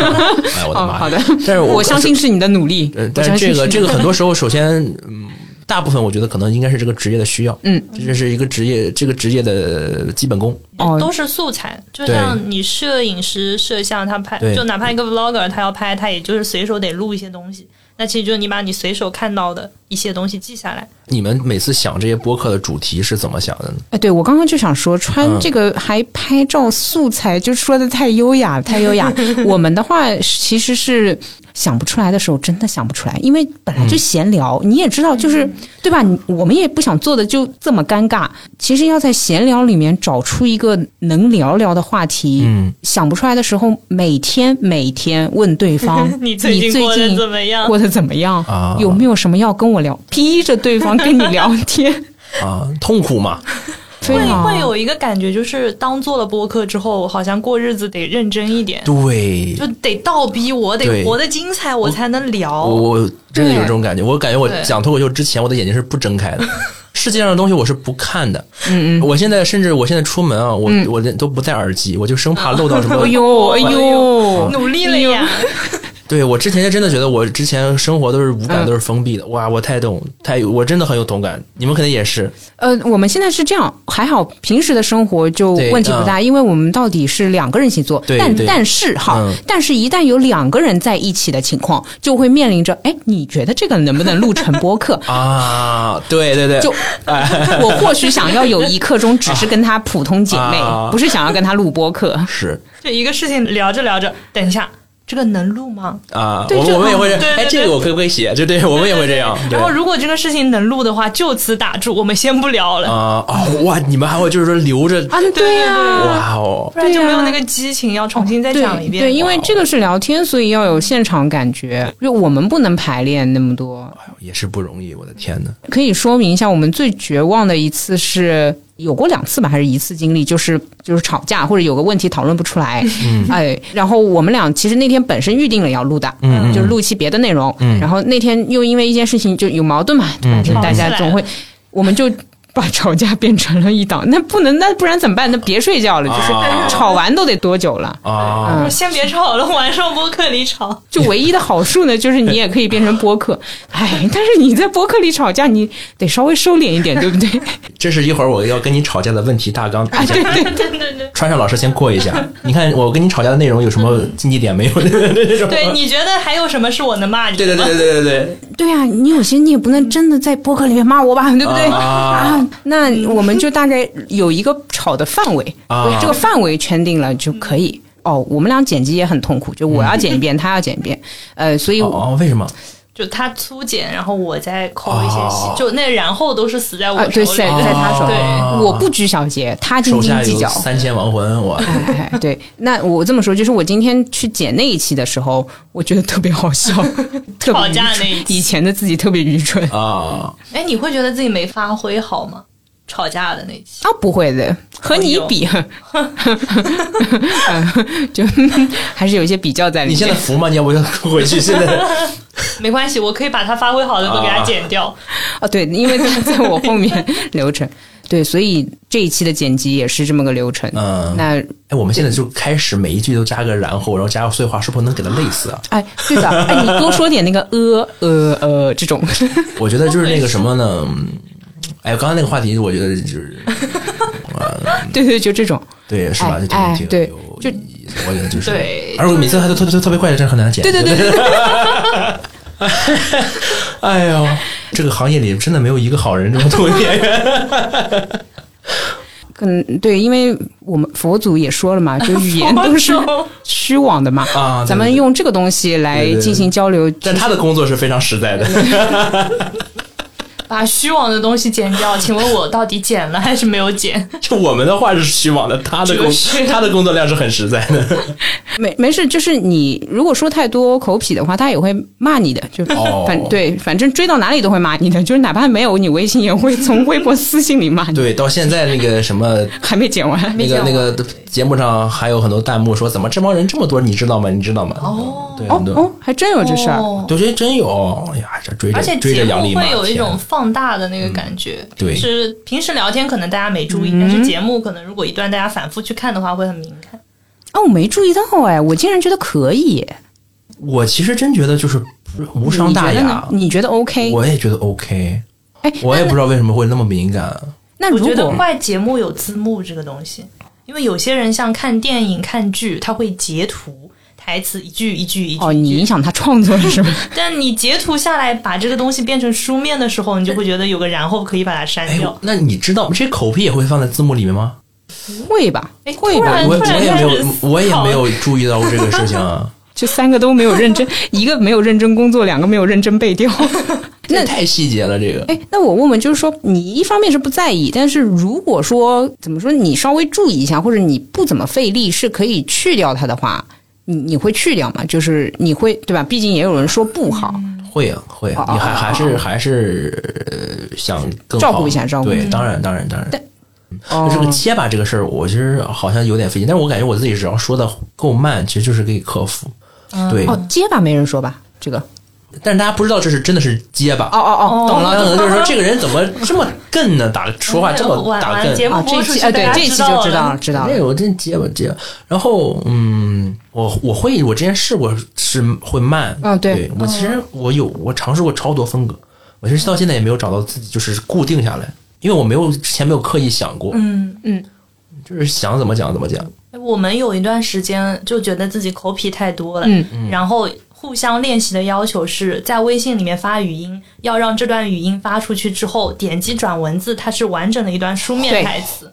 A: [laughs] 哎，我的
B: 哦，
A: 妈！
B: [laughs] 好的
A: 呀！。但是
B: 我相信，是你的努力
A: 呃，。
B: 我
A: 但
B: 相
A: 是
B: 信
A: 这个
B: 是
A: 这个很多时候，首先，嗯，大部分我觉得可能应该是这个职业的需要，
B: 嗯，
A: 这就是一个职业这个职业的基本功，
B: 哦
C: 都是素材，就
A: 对
C: 像你摄影师、摄像，他拍
A: 对
C: 就哪怕一个 vlogger，他要拍，他也就是随手得录一些东西。那其实就是你把你随手看到的一些东西记下来。，
A: 你们每次想这些播客的主题是怎么想的呢？
B: 哎，对我刚刚就想说，穿
A: 嗯
B: 这个还拍照素材，就说的太优雅，太优雅。我们的话其实是想不出来的时候，真的想不出来，因为本来就闲聊，你也知道，就是对吧？你我们也不想做的就这么尴尬。其实要在闲聊里面找出一个能聊聊的话题，
A: 嗯，
B: 想不出来的时候，每天每天问对方
C: [laughs] 你最近过得怎么样？
B: 过得怎么样？
A: 啊
B: 有没有什么要跟我聊？逼着对方跟你聊
C: [laughs]
B: 天， [laughs] 啊
A: 啊，痛苦嘛，
B: 会
C: 会会有一个感觉，就是当做了播客之后，好像过日子得认真一点，
A: 对
C: 就。得倒逼我，
A: 对
C: 得活得精彩，我才能聊。
A: 我我真的有
B: 对
A: 这种感觉，我感觉我
C: 对
A: 讲脱口秀之前，我的眼睛是不睁
B: [laughs]
A: 开的，世界上的东西我是不看的。
B: 嗯嗯。
A: 我现在甚至我现在出门啊，我
B: 嗯
A: 我都不戴耳机，我就生怕漏到什么
B: [laughs] 哎呦哎呦，
C: 努力了呀！
A: 对我之前真的觉得我之前生活都是无感，
B: 嗯
A: 都是封闭的。哇，我太懂，太有我真的很有同感。你们肯定也是，
B: 呃，我们现在是这样，还好平时的生活就
A: 对嗯
B: 问题不大，因为我们到底是两个人一起做，
A: 对
B: 但
A: 对
B: 但是哈，
A: 嗯？
B: 但是一旦有两个人在一起的情况，就会面临着，哎，你觉得这个能不能录成播客
A: [laughs] 啊，对对对，
B: 就我或许想要有一刻钟只是跟她普通姐妹，
A: 啊
B: 不是想要跟她录播客。
A: 是
C: 就一个事情聊着聊着，等一下，这个能录吗？
A: 啊，
B: 对
A: 我
B: 就
A: 们我们也会这
C: 对对
A: 哎，
C: 对
A: 这个我可不可以写？就对我们也会这样。对
C: 然后如果这个事情能录的话，就此打住，我们先不聊了，
A: 啊哦哇，你们还会就是说留着，
B: 啊，对呀、
A: 哇哦，
C: 不然就
B: 对啊
C: 没有那个激情要重新再
B: 对
C: 讲一遍。
B: 对，因为这个是聊天，所以要有现场感觉。就我们不能排练那么多，
A: 也是不容易，我的天呐。
B: 可以说明一下，我们最绝望的一次是有过两次吧，还是一次经历，就是就是吵架或者有个问题讨论不出来，
A: 嗯
B: 哎，然后我们俩其实那天本身预定了要录的，
A: 嗯嗯
B: 就是录一期别的内容，
A: 嗯
B: 然后那天又因为一件事情就有矛盾嘛，反正
C: 嗯
B: 大家总会，我们就。把吵架变成了一档，那不能，那不然怎么办？那别睡觉了，就是
A: 啊
B: 吵完都得多久了？
A: 啊，
B: 嗯，
C: 先别吵了，晚上播客里吵。
B: 就唯一的好处呢，就是你也可以变成播客。哎，但是你在播客里吵架，你得稍微收敛一点，对不对？
A: 这是一会儿我要跟你吵架的问题大纲。
B: 啊，对对对，
C: 对对对，
A: 川上老师先过一下，你看我跟你吵架的内容有什么禁忌点没有？那种
C: 对，你觉得还有什么是我能骂你的
A: 对
C: 吗？
A: 对对对对对对，
B: 对啊，你有些你也不能真的在播客里面骂我吧，对不对？
A: 啊
B: 啊，那我们就大概有一个吵的范围，
A: 啊
B: 这个范围圈定了就可以。哦，我们俩剪辑也很痛苦，就我要剪一遍，他要剪一遍，呃，所以
A: 哦，为什么？
C: 就他粗剪，然后我再抠一些细，
A: 哦
C: 就那然后都是死在我
B: 啊，
C: 手
B: 对，
C: 里。
B: 在在他手里
A: 哦，
B: 我不拘小节，他斤
A: 手
B: 斤
A: 下
B: 计
A: 有
B: 较。
A: 三千亡魂，我
B: 哎，哎对，那我这么说，就是我今天去剪那一期的时候，我觉得特别好
C: [laughs]
B: 笑，特别
C: 吵
B: 愚
C: 架
B: 蠢
C: 那一期
B: 以前的自己特别愚蠢
A: 啊，
C: 哎，你会觉得自己没发挥好吗？吵架的那一期，
B: 啊，不会的，和你比， [laughs] 就还是有一些比较在里
A: 你现在
B: 面。
A: 服吗？你要不要回去？现
B: [laughs]
A: 在
C: 没关系，我可以把他发挥好的都给他剪掉。
B: 哦，对，因为他在我后面流程， [laughs] 对，所以这一期的剪辑也是这么个流程。
A: 嗯
B: 那
A: 哎，我们现在就开始每一句都加个然后，然后加个碎话，是不是能给他累死啊？
B: 哎，对的，哎，你多说点那个呃呃呃这种， [laughs]
A: 我觉得就是那个什么呢？嗯哎，刚刚那个话题，我觉得就是
B: 对对，就这种。
A: 对，是吧？
B: 哎
A: 就
B: 哎
A: 挺
B: 对
A: 挺有
B: 就
A: 意思，我觉得就是
C: 对
A: 而我每次他都特别特别快，真的很难剪。
B: 对对对对
A: 对。哎呦，这个行业里真的没有一个好人，这么多演员。
B: 可能对，因为我们佛祖也说了嘛，就语言都是虚妄的嘛，
A: 啊对
B: 咱们
A: 对对
B: 用这个东西来
A: 对对对
B: 进行交流，
A: [laughs] 但他的工作是非常实在的。
C: 把虚妄的东西剪掉，请问我到底剪了还是没有剪？
A: 就我们的话是虚妄的，他的工
C: 就是
A: 他的工作量是很实在的。
B: 没没事，就是你如果说太多口痞的话，他也会骂你的，就
A: 哦
B: 反、对，反正追到哪里都会骂你的，就是哪怕没有你微信，也会从微博私信里骂
A: [laughs]
B: 你。
A: 对，到现在那个什
C: [laughs]
A: 么。
B: 还没剪完，
A: 那个那个节目上还有很多弹幕说怎么这帮人这么多，你知道吗？你知道吗？哦，对，
B: 哦
A: 很多，
B: 哦，还真有这事儿。
C: 哦
A: 对，这真有，哎呀，这追
C: 而
A: 着
C: 且
A: 追
C: 节
A: 着杨
C: 目
A: 丽嘛，
C: 会有一
A: 天
C: 种放大的那个感
B: 嗯
C: 觉，
A: 对
C: 是平时聊天可能大家没注意，但是节目可能如果一段大家反复去看的话，会很敏感。
B: 哦，我没注意到哎，我竟然觉得可以，
A: 我其实真觉得就是无伤大
B: 你觉得呢
A: 雅，
B: 你觉得 OK？
A: 我也觉得 OK。
B: 哎，
A: 我也不知道为什么会那么敏
C: [laughs]
A: 感。
B: 那
C: 我
B: 如
C: 觉得
B: 果
C: 怪节目有字幕这个东西，因为有些人像看电影、看剧，他会截图台词一句一句一句。
B: 哦，你影响他创作是
C: [laughs]
B: 吧？
C: 但你截图下来，把这个东西变成书面的时候，你就会觉得有个然后可以把它删
A: 哎
C: 掉，。
A: 那你知道这口癖也会放在字幕里面吗？
B: 会吧
C: 哎，
B: 会
C: 突
B: 吧
C: 然。
A: 我我也没
C: 突然开始
A: 有
C: 思，考
A: 我也没有注意到过这个事情
C: [laughs]
A: 啊。
B: 这三个都没有认真，一个没有认真工作，两个没有认真背调。那
A: 这太细节了，这个
B: 哎，那我问问，就是说，你一方面是不在意，但是如果说怎么说，你稍微注意一下，或者你不怎么费力，是可以去掉它的话，你你会去掉吗？就是你会对吧？毕竟也有人说不好，
A: 会啊会啊，
B: 哦
A: 你还
B: 哦
A: 还
B: 哦
A: 是还是呃想更
B: 照
A: 好
B: 顾一下照顾一
A: 对，
B: 下
A: 当然当然当然。
B: 哦
A: 就，是个结巴这个事儿，我其实好像有点费劲，但是我感觉我自己只要说的够慢，其实就是可以克服。对，
B: 哦，结巴没人说吧？这个
A: 但是大家不知道这是真的是结巴
B: 哦哦哦，懂
A: 然
B: 了。
A: 后可能就是说这个人怎么这么哏呢？打说话这么
C: 晚
A: 打
C: 晚节
A: 哏。
C: 目
B: 啊，这
C: 播
B: 一
C: 出
B: 期
C: 去，
B: 啊，对
C: 大，家
B: 这一期就知道
C: 了
B: 了，。知道
A: 那个
B: 了。
A: 哎我真结巴结巴，然后嗯，我我会我之前试过是会慢，
B: 嗯对
A: 我其实我有我尝试过超多风格，我其实到现在也没有找到自己就是固定下来，因为我没有之前没有刻意想过，
C: 嗯，
A: 就是想怎么讲怎么讲，
C: 我们有一段时间就觉得自己口癖太多了，
B: 嗯
C: 然后互相练习的要求是在微信里面发语音，要让这段语音发出去之后，点击转文字，它是完整的一段书面
B: 对
C: 台词。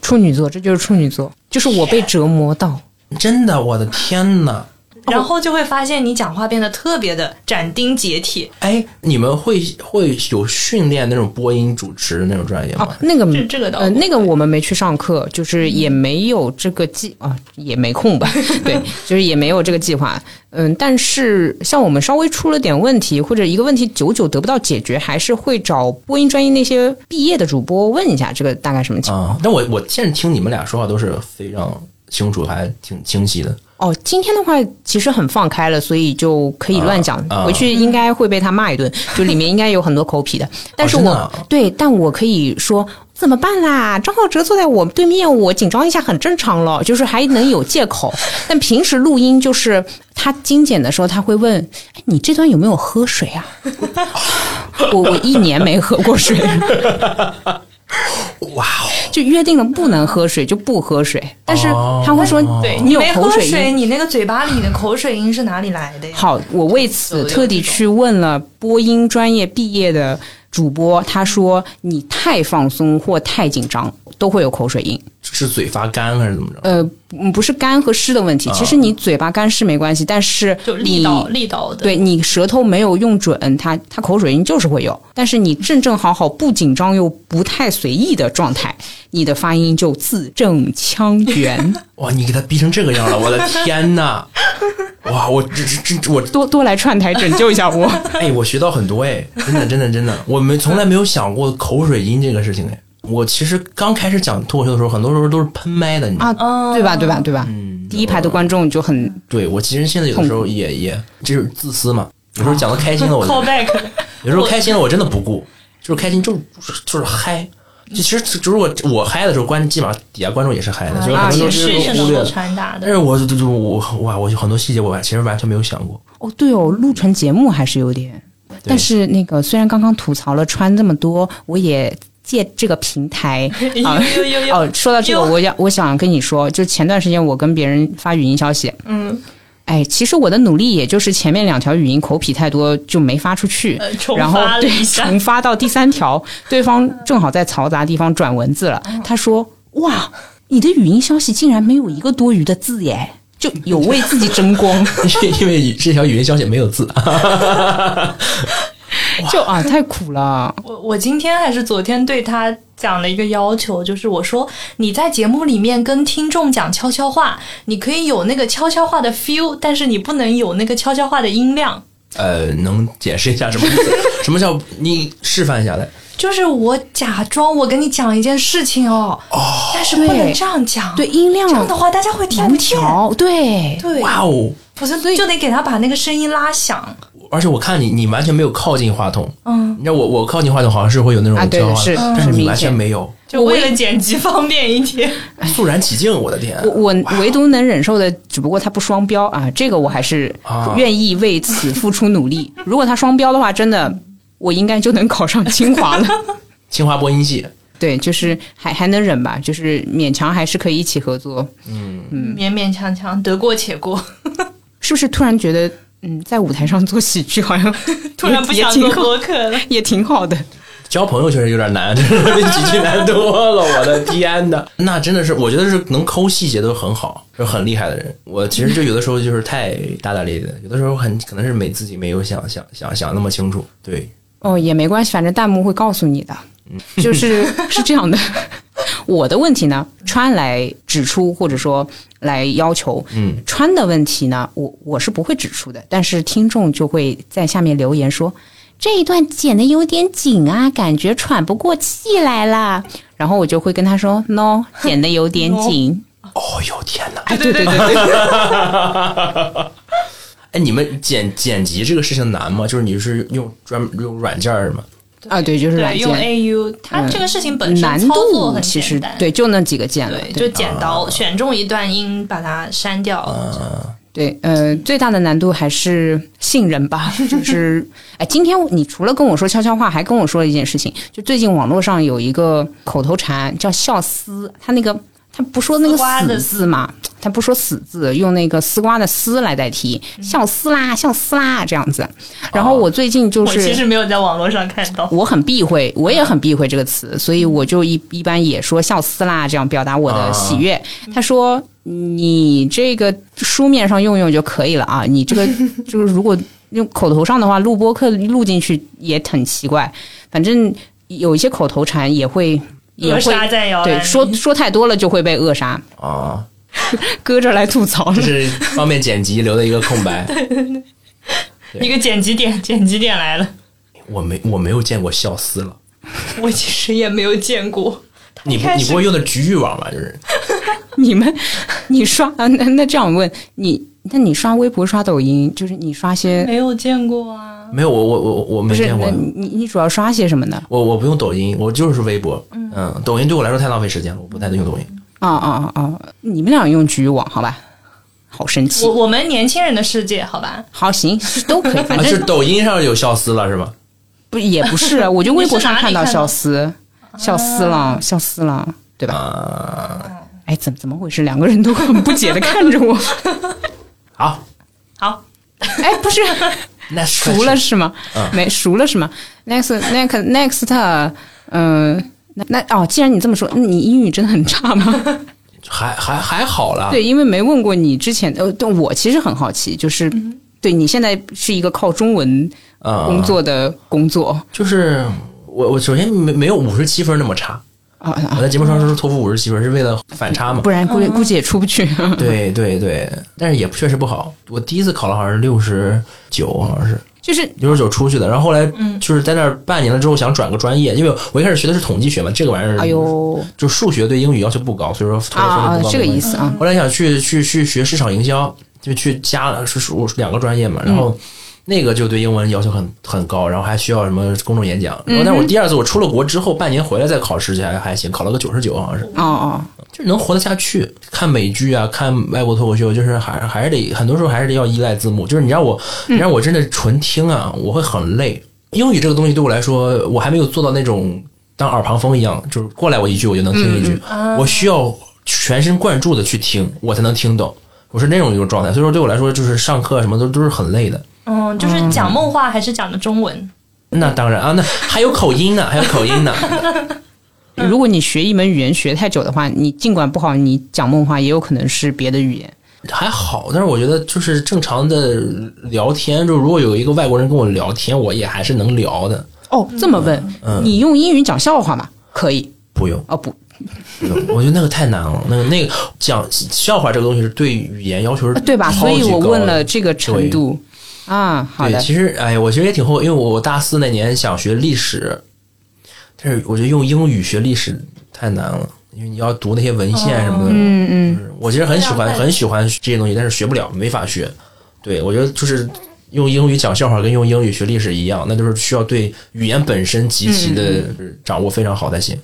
B: 处女座，这就是处女座，就是我被折磨到。
A: 真的我的天呐！
C: 然后就会发现你讲话变得特别的斩钉截铁，
A: 哎，你们会会有训练那种播音主持的那种专业吗？
B: 哦，那个
C: 这这个倒
B: 呃，
C: 不嗯
B: 那个我们没去上课，就是也没有这个计啊，也没空
C: [laughs]
B: 吧？对，就是也没有这个计划。嗯，但是像我们稍微出了点问题，或者一个问题久久得不到解决，还是会找播音专业那些毕业的主播问一下这个大概什么情况。
A: 啊、但我我现在听你们俩说话都是非常清楚，还挺清晰的。
B: 哦，今天的话其实很放开了，所以就可以乱讲，
A: 啊啊
B: 回去应该会被他
A: [laughs]
B: 骂一顿。就里面应该有很多口痞的，但是
A: 真
B: 我、
A: 的啊
B: 对，但我可以说怎么办啦？张浩哲坐在我对面，我紧张一下很正常了，就是还能有
A: [laughs]
B: 借口。但平时录音就是他精简的时候，他会问：“哎，你这段有没有喝水啊？” [laughs] 我我一年没喝过水，
A: [laughs] 哇哦，
B: 就约定了不能喝水就不喝水，但是
A: 哦
B: 他会说：“
C: 对
B: 你有
C: 没
B: 口
C: 喝
B: 音
C: 水，你那个嘴巴里的口水音是哪里来的呀？
B: 好，我为此特地去问了播音专业毕业的主播，他说你太放松或太紧张都会有口水音。
A: 是嘴发干还是怎么着？
B: 呃，嗯不是干和湿的问题，其实你嘴巴干湿没关系，但是
C: 就力
B: 你
C: 道力道的，
B: 对你舌头没有用准，它它口水音就是会有。但是你正正好好不紧张又不太随意的状态，你的发音就字正腔
C: [laughs]
B: 圆。
A: 哇，你给他逼成这个样了，我的天呐！哇，我这这这我
B: 多多来串台拯救一
C: [laughs]
B: 下我。
A: 哎，我学到很多哎，真的真的真的，我没从来没有想过口水音这个事情哎。我其实刚开始讲脱口秀的时候，很多时候都是喷麦的，你知道吗？嗯
B: 啊，
C: 嗯
B: 对吧？对吧？对吧？第一排的观众就很
A: 对我其实现在有的时候也也就是自私嘛，有时候讲的开心的我就
C: call back，
A: [laughs] 有时候开心了我真的不顾，就是开心就是就是嗨。就其实就如果我嗨的时候，观基本上底下观众也是嗨的，所以
B: 啊
A: 很多
C: 情
A: 东西
C: 绪是
A: 都忽
C: 能
A: 略了。
C: 够传达
A: 但
C: [laughs]
A: 是
C: 的。
A: 我就就我哇，我有很多细节我完其实完全没有想过。
B: 哦，对哦，录成节目还是有点。但是那个虽然刚刚吐槽了穿这么多，我也借这个平
C: [laughs]
B: 台
C: 哎
B: 啊。
C: 有有有有，
B: 哦，说到这个，
C: 哟
B: 我想我想跟你说，就前段时间我跟别人发语音消息，
C: 嗯，
B: 哎，其实我的努力也就是前面两条语音口痞太多就没发出去，
C: 呃重
B: 然后
C: 发了
B: 对
C: 一下
B: 重发到第三条，对方正好在嘈杂地方转文字了，
C: 嗯
B: 他说：“哇，你的语音消息竟然没有一个多余的字耶，就有为自己争
C: [laughs]
B: 光。”
A: 是 [laughs] 因为这条语音消息没有字，啊
B: 就啊，太苦了。
C: 我我今天还是昨天对他讲了一个要求，就是我说你在节目里面跟听众讲悄悄话，你可以有那个悄悄话的 feel，但是你不能有那个悄悄话的音量。
A: 呃，能解释一下什么意思？ [laughs] 什么叫你示范一下来？
C: 就是我假装我跟你讲一件事情哦，但是不能
B: 对
C: 这样讲，
B: 对，，音量
C: 这样的话大家会听
B: 难
C: 不见。
B: 调，对，
C: 对，
A: 哇哦！
C: 不是，就得给他把那个声音拉响。
A: 而且我看你，你完全没有靠近话筒。
C: 嗯，
A: 你知道我我靠近话筒好像是会有那种
B: 啊对
A: 叫
B: 是
A: 但是
B: 是
A: 你
B: 明
A: 完全
B: 显
A: 没有，
C: 就为了剪辑方便一点。
A: 肃然起敬。哎我的天，啊
B: 我我
C: 哦
B: 唯独能忍受的，只不过它不双标啊，这个我还是
A: 啊
B: 愿意为此付出努
C: [laughs]
B: 力。如果它双标的话，真的我应该就能考上清华
C: [laughs]
B: 了。
A: 清华播音系，
B: 对，就是还还能忍吧，就是勉强还是可以一起合作。
C: 勉勉强强，得过且过。
B: 是不是突然觉得，嗯，在舞台上做喜剧好
C: [laughs]
B: 像
C: 突然不
B: 也
C: 想
B: 挺
C: 做
B: 好，
C: 播客了。
B: 也挺好的。
A: 交朋友确实有点难， [laughs] 真的比喜剧难多了。我的天呐，那真的是，我觉得是能抠细节都很好，就很厉害的人。我其实就有的时候就是太大大咧咧的，有的时候很可能是没自己没有想想想想那么清楚。对，
B: 哦，也没关系，反正弹幕会告诉你的。 [laughs] 就是是这 [laughs] 样的，我的问题呢，川来指出或者说来要求，
A: 嗯，
B: 川的问题呢，我我是不会指出的，但是听众就会在下面留言说这一段剪的有点紧啊，感觉喘不过气来啦。然后我就会跟他说 no，剪的有点紧。
A: 哦呦天呐，
B: 哎，对对对对，
A: 哎，你们剪剪辑这个事情难吗？就是你是用专门用软件儿吗？
B: 啊对，就是软
C: 对，用
B: 件嗯
C: AU，它这个事情本身
B: 难
C: 操作
B: 度
C: 很
B: 其
C: 简
B: 实
C: 单。
B: 对就那几个键了，对
C: 对，
B: 啊
C: 就剪刀选中一段音，把它删掉。
A: 嗯啊
B: 对，呃，最大的难度还是信任吧，就是，哎，今天你除了跟我说悄悄话，还跟我说了一件事情，就最近网络上有一个口头禅叫“笑丝”，他那个他不说那个
C: 丝瓜的
B: 死字嘛，他不说死字，用那个丝瓜的丝来代替，笑丝啦，笑丝啦这样子。然后我最近就
C: 哦我
B: 是，
C: 其实没有在网络上看到。
B: 我很避讳，我也很避讳这个词，所以我就一一般也说笑死啦，这样表达我
A: 啊
B: 的喜悦。他说你这个书面上用用就可以了啊，你这个 [laughs] 就是如果用口头上的话，录播课录进去也很奇怪。反正有一些口头禅也会 [laughs] 也
C: 扼
B: 会
C: 杀在摇篮
B: 对
C: 里
B: 说说太多了就会被扼杀，
A: 啊，
B: 搁着来吐槽
A: 这。是方便剪辑留的一个空白。
C: 一个剪辑点，剪辑点来了。
A: 我没我没有见过笑死了。
C: 我其实也没有见过。
A: 你不
C: 开
A: 你
C: 始
A: 不会用的局域网吧？就是
B: [laughs] 你们，你刷啊？那那这样问你，那你刷微博、刷抖音，就是你刷些
C: 没有见过啊。
A: 没有，我我我我
B: 嗯不
A: 没
B: 是？
A: 见过
B: 那。你你主要刷些什么呢？
A: 我我不用抖音，我就是微博。嗯，抖音对我来说太浪费时间了，我不太用抖音。
B: 啊啊啊！啊你们俩用局域网好吧？好生气
C: 我。我们年轻人的世界，好吧？
B: 好行，都可以，反
A: 啊，是
B: 正
A: 抖音上有笑思了是吗？
B: 不也不
C: [laughs]
B: 是，啊我就微博上
C: 你是哪
B: 看
C: 里
B: 到
C: 看到啊
B: 笑思，笑死了，笑死了，对吧？
A: 啊，
B: 哎，怎么怎么回事？两个人都很不解的看着
C: [laughs]
B: 我。
A: 好，
C: 好，
B: 哎，不是，
A: 那
B: 熟了是吗？
A: 嗯
B: 没熟了是吗？Next, next, next，嗯、那那哦，既然你这么说，那你英语真的很差吗？
A: 还还还好啦。
B: 对，因为没问过你之前，呃，但我其实很好奇，就是、
C: 嗯
B: 对你现在是一个靠中文
A: 嗯，
B: 工作的工作
A: 就是我我首先没没有五十七分那么差，
B: 啊啊
A: 我在节目上说是托福五十七分是为了反差嘛
B: 不。然估计估计也出不去。
A: 嗯对对对，但是也确实不好。我第一次考了好像是六十九，好像是
B: [laughs] 就是
A: 六十九出去的。然后后来
B: 嗯
A: 就是在那儿半年了之后，想转个专业，因为我一开始学的是统计学嘛，这个玩意儿，
B: 哎，呦
A: 就数学对英语要求不高，嗯所以说统计
B: 啊
A: 分
B: 啊
A: 数不高。，
B: 这个意思啊。
A: 后来想去去去学市场营销，就去加了是我两个专业嘛，然
B: 嗯
A: 后那个就对英文要求很很高，然后还需要什么公众演讲。然后但
B: 嗯
A: 是我第二次我出了国之后半年回来再考试去还还行，考了个九十九好像是，
B: 哦哦，
A: 就是能活得下去。看美剧啊，看外国脱口秀，就是还还是得很多时候还是得要依赖字幕。就是你让我你让我真的纯听啊，我会很累。英语这个东西对我来说，我还没有做到那种当耳旁风一样，就是过来我一句我就能听一句。我需要全神贯注的去听，我才能听懂。我是那种一种状态，所以说对我来说，就是上课什么都都是很累的。
C: 嗯，就是讲梦话还是讲的中文？
A: 那当然啊，那还有口音呢，还有口音呢。嗯
B: 如果你学一门语言学太久的话，你尽管不好，你讲梦话也有可能是别的语言。
A: 还好，但是我觉得就是正常的聊天，就如果有一个外国人跟我聊天，我也还是能聊的。
B: 哦，这么问，
A: 嗯
B: 你用英语讲笑话吗？可以
A: 不 [laughs] 用，
B: 哦，不，
A: 不用我觉得那个太难了。那个那个讲笑话这个东西是对语言要求是
B: 呃对吧？
A: 超
B: 所
A: 级
B: 以我
A: 高
B: 问
A: 的
B: 了这个程度啊，好
A: 对，
B: 的，
A: 其实哎呀，我其实也挺后悔，因为我我大四那年想学历史，但是我觉得用英语学历史太难了，因为你要读那些文献什么的。
B: 嗯嗯，
A: 嗯我其实很喜欢
C: 非常快
A: 很喜欢这些东西，但是学不了，没法学。对，我觉得就是用英语讲笑话跟用英语学历史一样，那就是需要对语言本身极其的掌握非常好才行。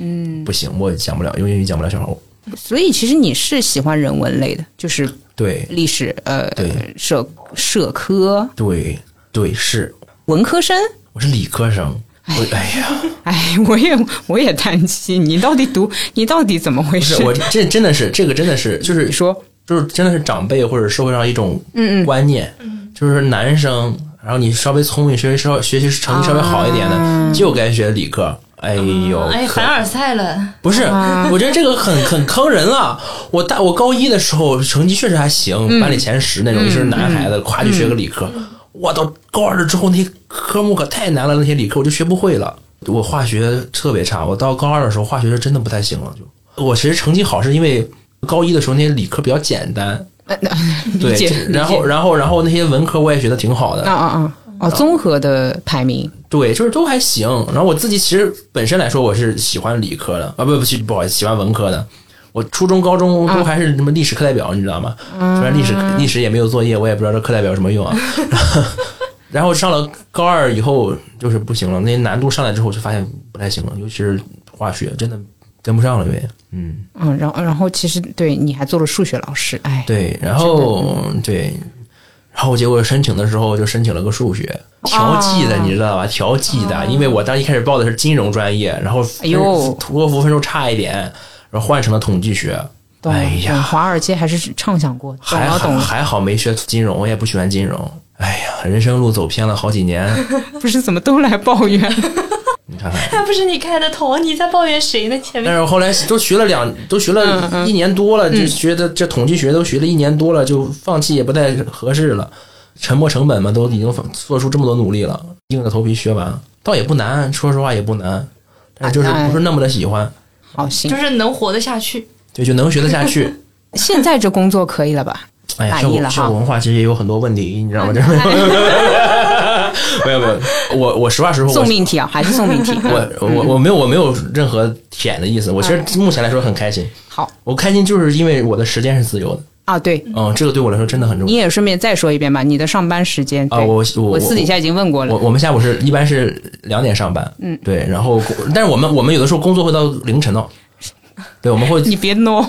A: 嗯，不行，我讲不了，用英语讲不了笑话。我
B: 所以其实你是喜欢人文类的，就是
A: 对
B: 历史呃
A: 对
B: 社社科
A: 对对，是，
B: 文科生。
A: 我是理科生。我哎呀，
B: 哎，我也我也叹气，你到底读你到底怎么回
A: 不
B: 事
A: 是？我这真的是这个真的是就是
B: 你说
A: 就是真的是长辈或者社会上一种
B: 嗯嗯
A: 观念，就是男生，然后你稍微聪明，学习稍学习成绩稍微好一点的，
B: 啊
A: 就该学理科。哎呦，
C: 哎，
A: 可
C: 凡尔赛了，
A: 不是，
B: 啊
A: 我觉得这个很很坑人了。我大我高一的时候成绩确实还
B: 嗯
A: 行，班里前十那种，就是男孩子，夸去学个理科。我到高二了之后，那些科目可太难了，那些理科我就学不会了。我化学特别差，我到高二的时候化学是真的不太行了。就我其实成绩好是因为高一的时候那些理科比较简单，对
B: 理解，理，解
A: 然后然后然后那些文科我也学的挺好的，
B: 啊啊啊哦，综合的排名
A: 对，就是都还行。然后我自己其实本身来说，我是喜欢理科的啊，不不是不好意思，喜欢文科的。我初中、高中
B: 啊
A: 都还是什么历史课代表，你知道吗？虽然历史
B: 嗯
A: 历史也没有作业，我也不知道这课代表有什么用
B: [laughs]
A: 啊。 [laughs] 然后上了高二以后就是不行了，那些难度上来之后就发现不太行了，尤其是化学真的跟不上了，因为嗯
B: 嗯，然后然后其实对你还做了数学老师，哎，
A: 对，然后
B: 嗯
A: 对，然后结果申请的时候就申请了个数学调剂的，你知道吧？调剂的，因为我当时一开始报的是金融专业，然后
B: 嗯哎呦
A: 托福分数差一点，然后换成了统计学。
B: 懂了
A: 哎呀
B: 懂华尔街还是畅想过，懂
A: 还
B: 了懂
A: 好
B: 了，
A: 还好没学金融，我也不喜欢金融。哎呀，人生路走偏了好几年，
B: 不是怎么都来抱怨，
A: 你看看。
C: 那不是你开的头，你在抱怨谁呢？前
A: 但
C: 面
A: 是我后来都学了两，都学
B: 嗯
A: 了
B: 嗯
A: 一年多了，就觉得这统计学都学了一年多了，就放弃也不太合适了。沉没成本嘛，都已经放做出这么多努力了，硬着头皮学完，倒也不难，说实话也不难，但是就是
B: 啊当然
A: 不是那么的喜欢，
B: 好行
C: 就，是能活得下去。 [laughs]
A: 对，就能学得下去。 [laughs]
B: 现在这工作可以了吧？
A: 哎呀，
B: [laughs] 满
A: 效
B: 意
A: 果
B: 了哈
A: 效果文化其实也有很多问题，你知道
B: [laughs]
A: 吗？就是没有没有没有，我我实话实说，我
B: 送命题啊，还是送命题。
A: [laughs] 我
B: [laughs]
A: 我我没有我没有任何舔的意思，我其实目前来说很开心。
B: 嗯好
A: 我开心就是因为我的时间是自由的，
B: 啊，对，
A: 嗯，这个对我来说真的很重
B: 你
A: 要
B: 也顺便再说一遍吧，你的上班时间
A: 啊。
B: 对
A: 我我
B: 我私底下已经问过了
A: 我。我们下午是一般是两点上班，嗯，对，然后但是我们我们有的时候工作会到凌晨哦，对，我们会
B: 你别挪，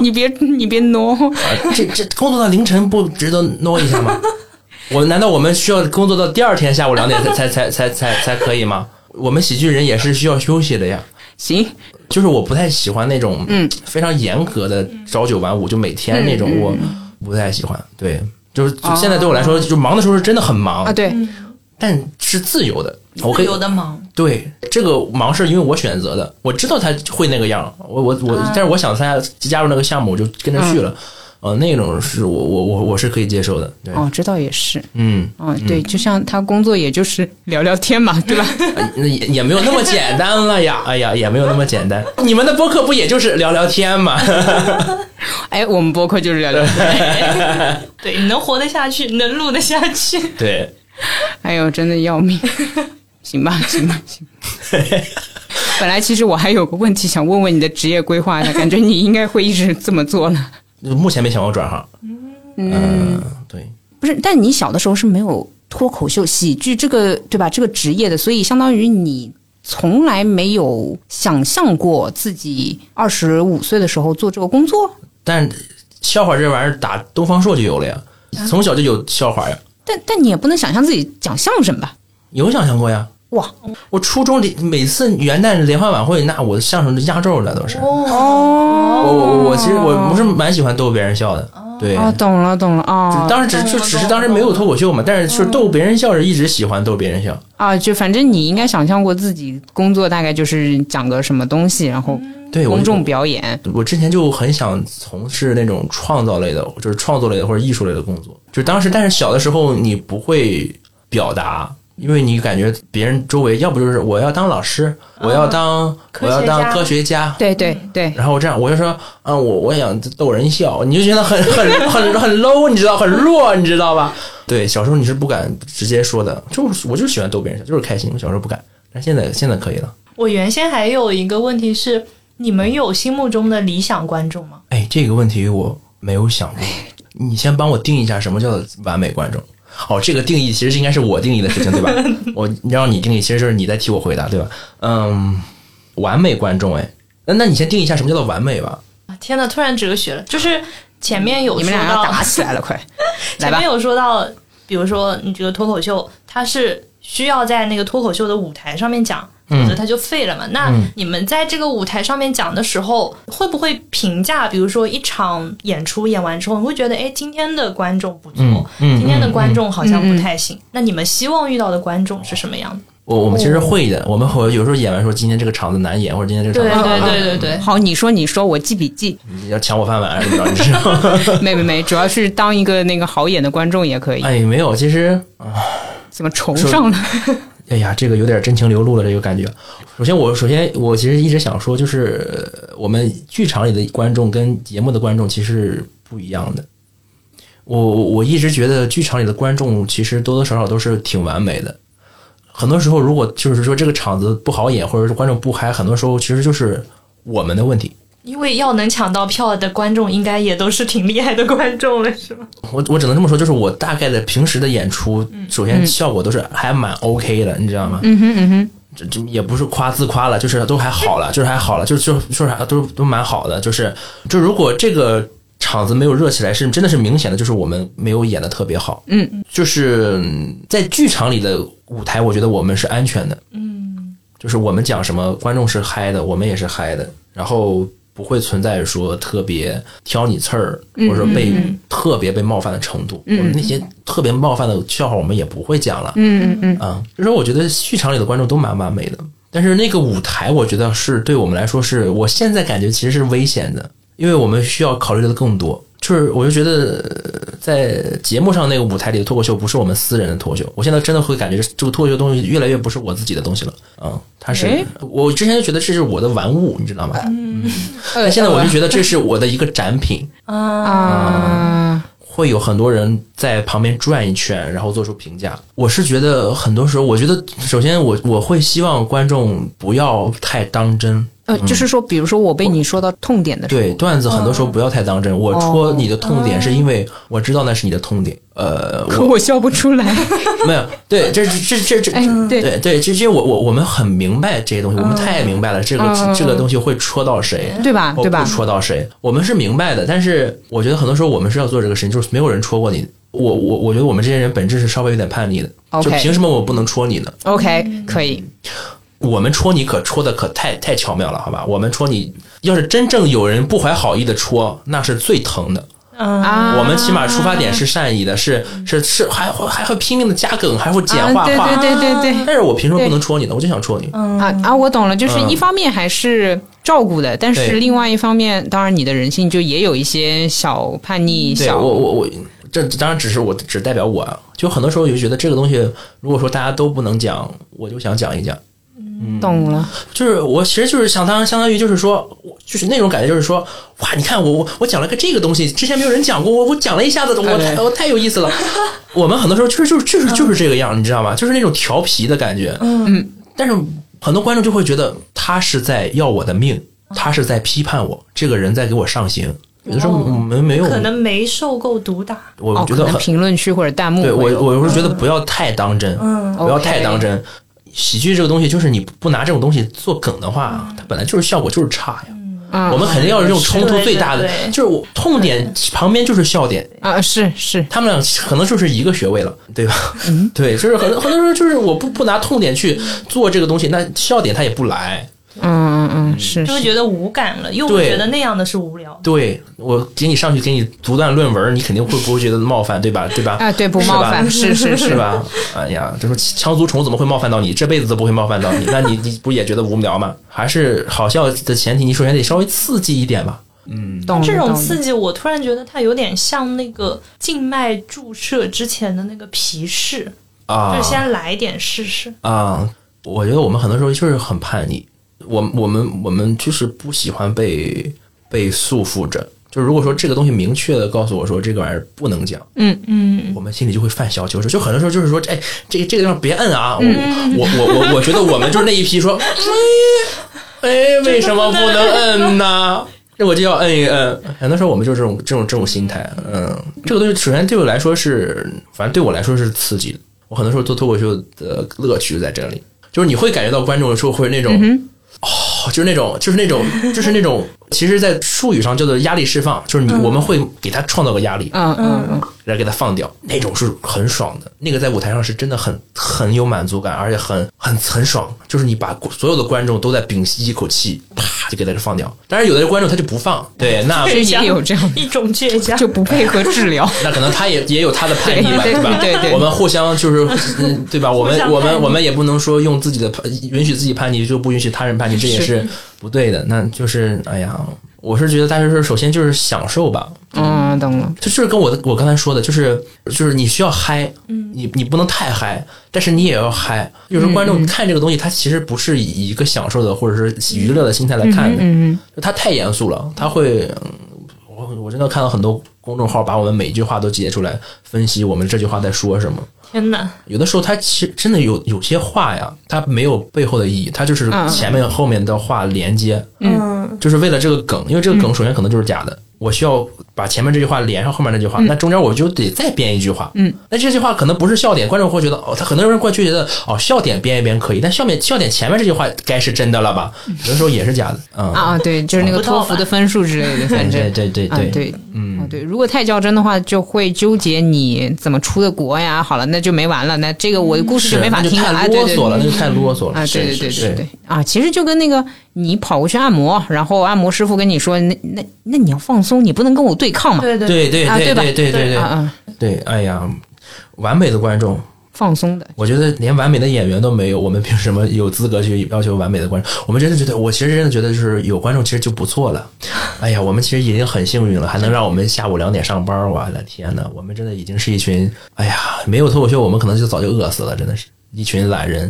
B: 你别你别挪，
A: 啊这这工作到凌晨不值得挪一下吗？我难道我们需要工作到第二天下午两点才才才才才才可以吗？我们喜剧人也是需要休息的呀。
B: 行，
A: 就是我不太喜欢那种嗯非常严格的朝九晚五，就每天那种我不太喜欢。对，就是就现在对我来说，就忙的时候是真的很忙
B: 啊，，对，
A: 但是自由的，我可
C: 自
A: 以
C: 由的忙，
A: 对这个忙是因为我选择的，我知道他会那个样，我我我，但是我想参加加入那个项目，我就跟着去了。呃，那种是我我我我是可以接受的，对，
B: 哦，这倒也是，
A: 嗯，
B: 哦，对，就像他工作也就是 [laughs] 聊聊天嘛，
A: [laughs]
B: 对吧？
A: 那也也没有那么简单了呀，哎呀，也没有那么简单。你们的播客不也就是聊聊天吗？ [laughs]
B: 哎，我们播客就是聊聊天，
C: 对，你能活得下去，能录得下去，
A: 对，
B: 哎呦，真的要命， [laughs] 行吧，行吧，行吧。
A: [laughs]
B: 本来其实我还有个问题想问问你的职业规划呢，感觉你应该会一直这么做了。
A: 目前没想过转行，嗯、对，
B: [laughs] 不是，但你小的时候是没有脱口秀、喜剧这个对吧？这个职业的，所以相当于你从来没有想象过自己二十五岁的时候做这个工作。
A: 但笑话这玩意儿打东方朔就有了呀，从小就有笑话呀，
B: 但但你也不能想象自己讲相声吧？
A: 有想象过呀。
B: 哇
A: 我初中里每次元旦联欢晚会，那我相声压轴了都是。
B: 哦
A: 我我我其实我不是蛮喜欢逗别人笑的，对。
B: 哦，懂了懂了哦
A: 当时只就只是当时没有脱口秀嘛，但是就是逗别人笑是一直喜欢逗别人笑。
B: 啊，就反正你应该想象过自己工作大概就是讲个什么东西，然后
A: 对，哎我
B: 公众表演。
A: 我之前就很想从事那种创造类的，就是创作类的或者艺术类的工作。就是当时，但是小的时候你不会表达，因为你感觉别人周围，要不就是我要当老师，我
B: 啊
A: 要当
C: 科
A: 我要
C: 学家
A: 当科学家。
B: 对对对，
A: 然后这样，我就说，嗯，我我想逗人笑，你就觉得很很很很 low，你知道，很弱，你知道吧？对，小时候你是不敢直接说的，就是我就喜欢逗别人笑，就是开心。我小时候不敢，但现在现在可以了。
C: 我原先还有一个问题是，你们有心目中的理想观众吗？
A: 哎，这个问题我没有想过。你先帮我定义一下什么叫完美观众。哦，这个定义其实应该是我定义的事情，对 [laughs] 吧？我让你定义，其实就是你在替我回答，对吧？嗯，完美观众，哎，那那你先定义一下什么叫做完美吧。
C: 啊天呐，突然哲学了，就是前面有
B: 你
C: 说
B: 们俩要
C: 到，
B: 打起来了，快来
C: [laughs] 前
B: 吧
C: 面！有说到，比如说你觉得脱口秀，它是需要在那个脱口秀的舞台上面讲，
B: 嗯
C: 否则它就废了嘛。那你们在这个舞台上面讲的时候，会不会评价，比如说一场演出演完之后，你会觉得，哎，今天的观众不错，
A: 嗯嗯
C: 今天的观众好像不太行。那你们希望遇到的观众是什么样的？
A: 我我们其实会的，我们会有时候演完说今天这个场子难演，或者今天这个场
C: 对
A: 子
C: 对对对对，
B: 嗯好，你说你说，我记笔
A: [laughs]
B: 记。
A: 你要抢我饭碗，怎啊么着？你知道
C: [laughs]
A: 吗？
B: 没没没，主要是当一个那个好演的观众也可以。
A: 哎，没有，其实
B: 怎么崇尚了？
A: 哎呀，这个有点真情流露了，这个感觉。首先我，首先我其实一直想说，就是呃我们剧场里的观众跟节目的观众其实是不一样的。我我我一直觉得剧场里的观众其实多多少少都是挺完美的。很多时候，如果就是说这个场子不好演，或者是观众不嗨，很多时候其实就是我们的问题。
C: 因为要能抢到票的观众，应该也都是挺厉害的观众了，是吗？
A: 我我只能这么说，就是我大概的平时的演出，首先效果都是还蛮 OK 的，你知道吗？
B: [laughs] 嗯哼嗯哼，
A: 这这也不是夸自夸了，就是都还好了，就是还好了，就是就是说啥都都蛮好的，就是就如果这个场子没有热起来，是真的是明显的，就是我们没有演的特别好。
B: 嗯，
A: 就是嗯在剧场里的舞台，我觉得我们是安全的。嗯，就是我们讲什么，观众是嗨的，我们也是嗨的，然后不会存在说特别挑你刺儿，或者说被、特别被冒犯的程度。我们那些特别冒犯的笑话，我们也不会讲了。
B: 嗯嗯嗯，
A: 啊，就说我觉得剧场里的观众都蛮完美的，但是那个舞台，我觉得是对我们来说是，我现在感觉其实是危险的，因为我们需要考虑的更多。就是我就觉得呃在节目上那个舞台里的脱口秀不是我们私人的脱口秀，我现在真的会感觉这个脱口秀东西越来越不是我自己的东西了。嗯，它是
B: 诶
A: 我之前就觉得这是我的玩物，你知道吗？
B: 呃
A: 但现在我就
B: 呃
A: 觉得这是我的一个展品。
B: 啊，
A: 会有很多人在旁边转一圈，然后做出评价。我是觉得很多时候，我觉得首先我我会希望观众不要太当真，
B: 呃，就是说，比如说我被你说到痛点的时候，
A: 对段子很多时候不要太当真。我戳你的痛点，是因为我知道那是你的痛点。呃，
B: 可 [laughs] 我笑不出
A: [laughs]
B: 来。
A: 我没有对，这这这这
B: 哎，对，
A: 对对，这这我我我们很明白这些东西，我们太明白了，这个这个东西会戳到谁，
B: 对吧？
A: 或
B: 啊对吧
A: 会？戳到谁，我们是明白的。但是我觉得很多时候我们是要做这个事情，就是没有人戳过你。我我我觉得我们这些人本质是稍微有点叛逆的
B: OK
A: 就凭什么我不能戳你呢？
B: OK，可以。
A: 我们戳你可戳的可太太巧妙了，好吧？我们戳你，要是真正有人不怀好意的戳，那是最疼的。
C: 嗯
B: 啊
A: 我们起码出发点是善意的，是是是，还会还会拼命的加梗，还会简化
B: 啊、对
A: 话。
B: 对对对对。
A: 但是我凭什么不能戳你呢？我就想戳你。
B: 啊啊！我懂了，就是
A: 嗯
B: 一方面还是照顾的，但是
A: 对
B: 另外一方面，当然你的人性就也有一些小叛逆，
A: 嗯对
B: 小
A: 我我我，这这当然只是我只代表我，啊。就很多时候我就觉得这个东西，如果说大家都不能讲，我就想讲一讲。
B: 懂了。
A: 就是我其实就是想当相当于就是说，我就是那种感觉，就是说，哇，你看我我我讲了个这个东西，之前没有人讲过，我我讲了一下子，我太我太有意思了。我们很多时候就是就是就是就是这个样，你知道吗？就是那种调皮的感觉。
C: 嗯，
A: 但是很多观众就会觉得他是在要我的命，他是在批判我，这个人在给我上刑。有的时候我们没有，
C: 哦可能没受够毒打，
A: 我
B: 哦，
A: 觉
B: 可
A: 得
B: 能
A: 很
B: 评论区或者弹幕
A: 对
B: 会有，
A: 我，我是觉得不要太当真，
C: 嗯
A: 不要
B: OK
A: 太当真。喜剧这个东西，就是你不拿这种东西做梗的话，它本来就是效果就是差呀。
B: 嗯
A: 我们肯定要用冲突最大的
C: 啊对对，对
A: 就是我痛点旁边就是笑点，
B: 啊是是
A: 他们俩可能就是一个学位了，对吧？
C: 嗯
A: [laughs] 对，就是很多很多时候就是我不不拿痛点去做这个东西，那笑点它也不来。
B: 嗯嗯嗯是
C: 就会
B: 是
C: 觉得无感了，又
A: 对
C: 会觉得那样的是无聊的。
A: 对我给你上去给你读段论文，你肯定会不会觉得冒犯，对吧？对吧？
B: 啊对不
A: 是
B: 冒
A: 吧
B: 犯是是
A: 是吧？哎呀，这说枪足虫怎么会冒犯到你？这辈子都不会冒犯到你，那你你不也觉得无聊吗？还是好笑的前提，你首先得稍微刺激一点吧。
B: 懂了
C: 这
B: 懂
C: 种
B: 了
C: 刺激，我突然觉得它有点像那个静脉注射之前的那个皮试，
A: 啊
C: 就先来一点试试。
A: 啊，我觉得我们很多时候就是很叛逆，我我们我们就是不喜欢被被束缚着。就如果说这个东西明确的告诉我说这个玩意儿不能讲，
C: 嗯，
A: 我们心里就会犯小九州，就很多时候就是说，哎，这个这个地方别摁啊！我
C: 嗯
A: 我我我我觉得我们就是那一批说， [laughs] 哎哎，为什么不能摁呢？这我就要摁一摁。很多时候我们就是这种这种这种心态，嗯，这个东西首先对我来说是，反正对我来说是刺激的。我很多时候做脱口秀的乐趣就在这里，就是你会感觉到观众的时候会那
C: 嗯
A: 种。哦，就是那种，就是那种，就是那种，其实，在术语上叫做压力释放，就是你、我们会给他创造个压力，
B: 嗯嗯嗯
A: 然后给它放掉，那种是很爽的。那个在舞台上是真的很很有满足感，而且很很很爽，就是你把所有的观众都在屏息一口气，啪就给它放掉。但是有的观众他就不放，对，那
B: 是也有这样
C: 一种倔强，
B: 就不配合治
A: [laughs]
B: 疗，
A: 那可能他也也有他的叛逆吧，
B: 对
A: 吧？
B: 对对
A: [laughs]
B: 对
A: 我们互相就是，嗯对吧？我们
C: 互相叛逆
A: 我们我们也不能说用自己的叛允许自己叛逆，就不允许他人叛逆，这也是不对的。那就是哎呀，我是觉得大学生首先就是享受吧，
B: 嗯懂了，
A: 这就是跟我的我刚才说的，就是就是你需要嗨，你你不能太嗨，但是你也要嗨。有时候观众看这个东西，他其实不是以一个享受的或者是娱乐的心态来看的，
B: 嗯
A: 他太严肃了，他会。嗯我我真的看到很多公众号把我们每一句话都截出来分析，我们这句话在说什么。
C: 天哪！
A: 有的时候，他其实真的有有些话呀，它没有背后的意义，它就是
B: 嗯
A: 前面后面的话连接。
C: 嗯，
A: 就是为了这个梗，因为这个
B: 嗯
A: 梗首先可能就是假的，我需要把前面这句话连上后面那句话，那中间我就得再编一句话。
B: 嗯，
A: 那这句话可能不是笑点，观众会觉得哦，他很多人会觉得哦，笑点编一编可以，但笑点笑点前面这句话该是真的了吧？有的时候也是假的。嗯，
B: 啊啊对，就是那个
C: 不到
B: 托
C: 吧
B: 福的分数之类的，
A: 对
B: 反正
A: 对对对
B: 啊，对，啊
A: 嗯，
B: 对，如果太较真的话，就会纠结你怎么出的国呀。好了，那就没完了，那这个我的故事
A: 是
B: 没法
A: 那就
B: 听了，
A: 太
B: 啊，对
A: 啰
B: 对
A: 嗦了，
B: 对
A: 那就太啰嗦了。
B: 啊，
A: 是
B: 对对对
A: 是
B: 对
A: 是
B: 对啊，其实就跟那个你跑过去按摩，然后按摩师傅跟你说，那那那你要放松，你不能跟我对抗嘛，
C: 对对，
A: 对对
B: 啊
A: 对
B: 对吧
A: 对对对
B: 啊啊，
A: 对对，哎呀，完美的观众。
B: 放松的，
A: 我觉得连完美的演员都没有，我们凭什么有资格去要求完美的观众？我们真的觉得，我其实真的觉得，就是有观众其实就不错了。哎呀，我们其实已经很幸运了，还能让我们下午两点上班。我的天呐，我们真的已经是一群，哎呀，没有脱口秀，我们可能就早就饿死了，真的是一群懒人。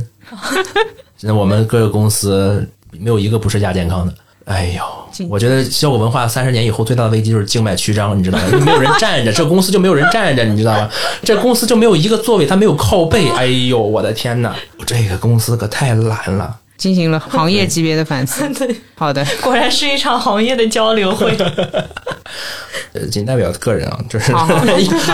A: 真的，我们各个公司没有一个不是亚健康的。哎呦，我觉得效果文化三十年以后最大的危机就是静脉曲张，你知道吗？就没有人站着，这公司就没有人站着，你知道吗？这公司就没有一个座位，它没有靠背。哎呦，我的天哪！这个公司可太懒了。
B: 进行了行业级别的反思。
C: 对，
B: 好的，
C: 果然是一场行业的交流会。
A: 呃，仅代表个人啊，就是
B: 好好好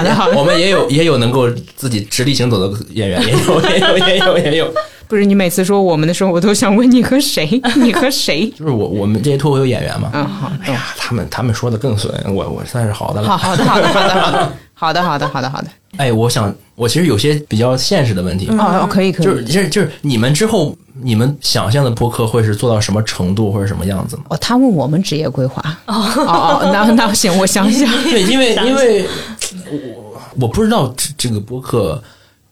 B: 的好
A: [laughs]
B: 的
A: 我们也有也有能够自己直立行走的演员，也有也有也有也有。
B: 不是你每次说我们的时候，我都想问你和谁？你和谁？
A: 就是我我们这些脱口秀演员嘛，
B: 嗯，好，
A: 哎
B: 懂。
A: 呀，他们他们说的更损，我我算是好的了。
B: 好好的，好的，好的，好的，好的，好的，好的，好的。
A: 哎，我想我其实有些比较现实的问题，
B: 哦，哦可以，可以。
A: 就是就是就是你们之后你们想象的播客会是做到什么程度或者什么样子
B: [laughs]
A: 吗？
B: 哦，他问我们职业规划。哦哦，那那行，我想想。 [laughs]
A: 对，因为
C: 想
A: 因为我我不知道这这个播客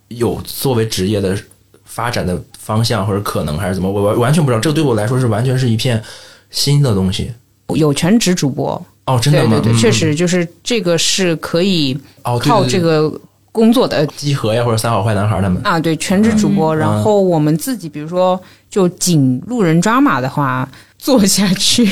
A: 有作为职业的发展的方向或者可能还是怎么，我我完全不知道。这个对我来说是完全是一片新的东西。
B: 有全职主播，
A: 哦，真的
B: 对
A: 吗？
B: 对对，
A: 嗯
B: 确实就是这个是可以
A: 哦，对
B: 靠
A: 对对
B: 这个工作的
A: 集合呀，或者三好坏男孩他们。
B: 啊，对，全职主播。然后我们自己，比如说就仅路人抓马的话，做下去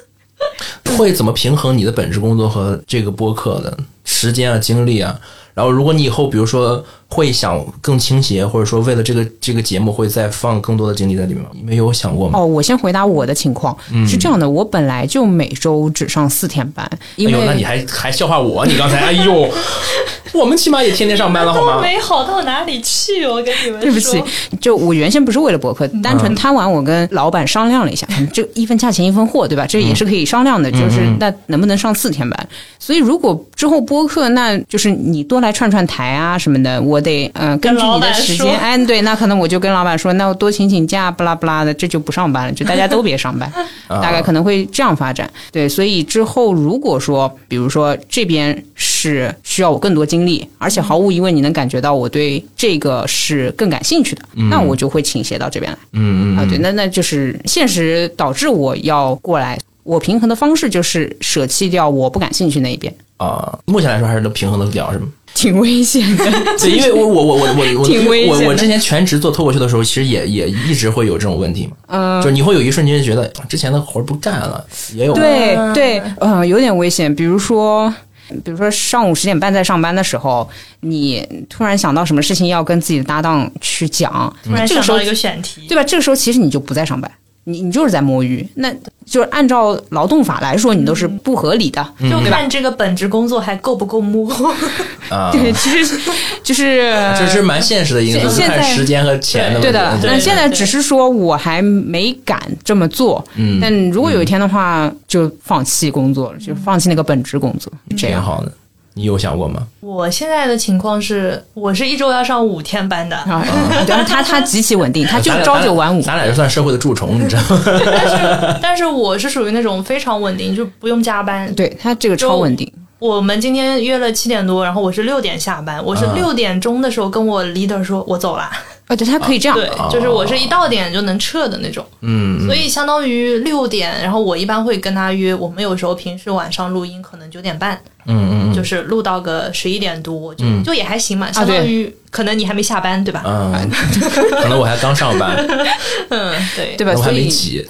B: [laughs]
A: 会怎么平衡你的本职工作和这个播客的时间啊、精力啊？然后，如果你以后比如说会想更倾斜，或者说为了这个这个节目会再放更多的精力在里面吗？你们有想过吗？
B: 哦。我先回答我的情况、
A: 嗯
B: 是这样的，我本来就每周只上四天班，因
A: 哎
B: 为、
A: 呦，那你还还笑话我？你刚才哎呦，我们起码也天天上班了好
B: [laughs]
C: 都
A: 吗？
C: 没好到哪里去，我跟你们说。嗯
B: 对不起，就我原先不是为了博客，单纯贪玩。我跟老板商量了一
C: [laughs]
B: 下，这一分价钱一分货，对吧？这也是可以商量的，就是那能不能上四天班？所以如果之后播客，那就是你多来串串台啊什么的，我得嗯、呃根据
C: 跟老
B: 你的
C: 板
B: 时
C: 说
B: 间，哎，对，那可能我就跟老板说，那我多请请假，不拉不拉的，这就不上班了，就大家都别上
C: [laughs]
B: 班。
A: 啊
B: 大概可能会这样发展。对，所以之后如果说，比如说这边是需要我更多精力，而且毫无疑问你能感觉到我对这个是更感兴趣的，那我就会倾斜到这边来。
A: 嗯嗯嗯
B: 啊，对，那那就是现实导致我要过来。我平衡的方式就是舍弃掉我不感兴趣那一边，
A: 啊，目前来说还是能平衡的了，是
B: [laughs]
A: 吗？
B: 挺危险的。
A: 对，因为我我我我我我
B: 挺危险的
A: 我我之前全职做脱口秀的时候，其实也也一直会有这种问题嘛，
B: 嗯，
A: 就是你会有一瞬间觉得哎之前的活儿不干了，也有
B: 对
C: 嗯
B: 对，嗯，有点危险。比如说，比如说上午十点半在上班的时候，你突然想到什么事情要跟自己的搭档去讲，
C: 突然
B: 这个
C: 想
B: 时候
C: 到一个选题，
B: 对吧？这个时候其实你就不在上班。你你就是在摸鱼，那就是按照劳动法来说，你都是
C: 嗯
B: 不合理的。
C: 就看这个本职工作还够不够摸。
A: 啊，
B: 对，其实 [laughs] 就是
A: 这是蛮现实的因素，
B: 现
A: 是看时间和钱的问题。
B: 对的。
C: 对
B: 那现在
C: 对
B: 只是说我还没敢这么做，
A: 嗯，
B: 但如果有一天的话，就放弃工作了，
C: 嗯
B: 就放弃那个本职工作，这
A: 挺
B: 样。
A: 好的。你有想过吗？
C: 我现在的情况是，我是一周要上五天班的，
B: [laughs] 啊，对，他他极其稳定，他就朝九晚五。
A: 咱俩咱俩就算社会的蛀虫，你知道吗？
C: 但是我是属于那种非常稳定，就不用加班。
B: 对他这个超稳定，
C: 我们今天约了七点多，然后我是六点下班，我是
A: 啊
C: 六点钟的时候跟我 leader 说我走啦，
B: 啊，对他可以这样，
C: [laughs] 对，就是我是一到点就能撤的那种，
A: 嗯，
C: 所以相当于六点，然后我一般会跟他约，我们有时候平时晚上录音可能九点半，
A: 嗯嗯嗯
C: 就是录到个十一点多，就、
A: 嗯
C: 就也还行
B: 啊
C: 嘛，相当于可能你还没下班对吧？
A: 嗯，可能我还刚上班，
C: 嗯，对，
B: 对吧？
A: 我还
B: 所
A: 没
B: 以
A: 挤。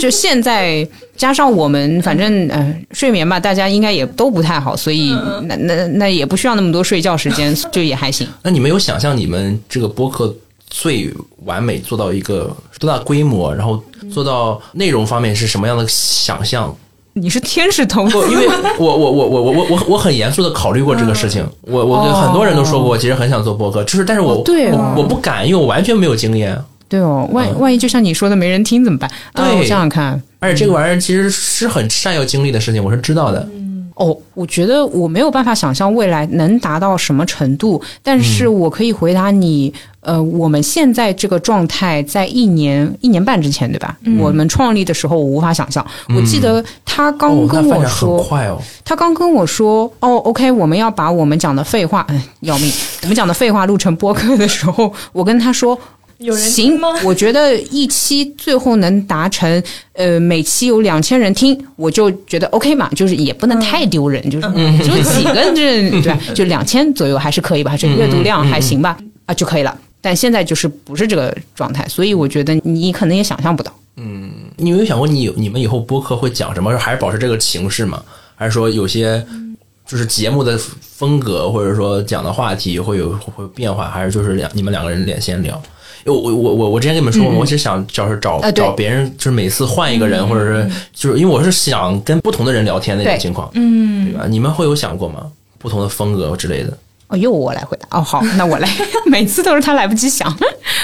B: 就现在加上我们，反正呃睡眠吧，大家应该也都不太好，所以那那那也不需要那么多睡觉时间，就也还行。
A: 那你们有想象你们这个播客最完美做到一个多大规模，然后做到内容方面是什么样的想象？
B: 你是天使投
A: [laughs] 不，因为我我我我我我我我很严肃的考虑过这个事情，我我跟很多人都说过，我其实很想做播客，就是但是我、
B: 嗯哦对哦
A: 我我不敢，因为我完全没有经验，
B: 对哦，万
A: 嗯
B: 万一就像你说的没人听怎么办？啊，
A: 对
B: 我想想看，
A: 而且这个玩意儿其实是很善要精力的事情，我是知道的。
B: 哦，我觉得我没有办法想象未来能达到什么程度，但是
A: 嗯
B: 我可以回答你，呃，我们现在这个状态在一年一年半之前，对吧？
A: 嗯
B: 我们创立的时候，我无法想象。我记得他刚
A: 哦，那发
B: 跟我
A: 展很
B: 说，
A: 快哦，
B: 他刚跟我说，哦，OK，我们要把我们讲的废话，哎，要命，我们讲的废话录成播客的时候，我跟他说，
C: 有人
B: 行
C: 听吗？
B: 我觉得一期最后能达成，呃，每期有两千人听，我就觉得 OK 嘛，就是也不能太丢人，就是
C: 嗯
B: 只
C: [laughs]
B: 有几个这对吧？就两千左右还是可以吧，这阅读量还行吧，啊就可以了。但现在就是不是这个状态，所以我觉得你可能也想象不到。
A: 嗯，你有没有想过你你们以后播客会讲什么？还是保持这个形式吗？还是说有些就是节目的风格，或者说讲的话题会有会有变化？还是就是两你们两个人连线聊？因为我我我我之前跟你们说过，我是想就是找、
B: 嗯啊对嗯
A: 找别人，就是每次换一个人，或者是就是因为我是想跟不同的人聊天的一种
B: 对
A: 情况，
C: 嗯，
A: 对吧？你们会有想过吗？不同的风格之类的，
B: 哦，又我来回答哦，好，那我来， [laughs] 每次都是他来不及
C: [laughs]
B: 想，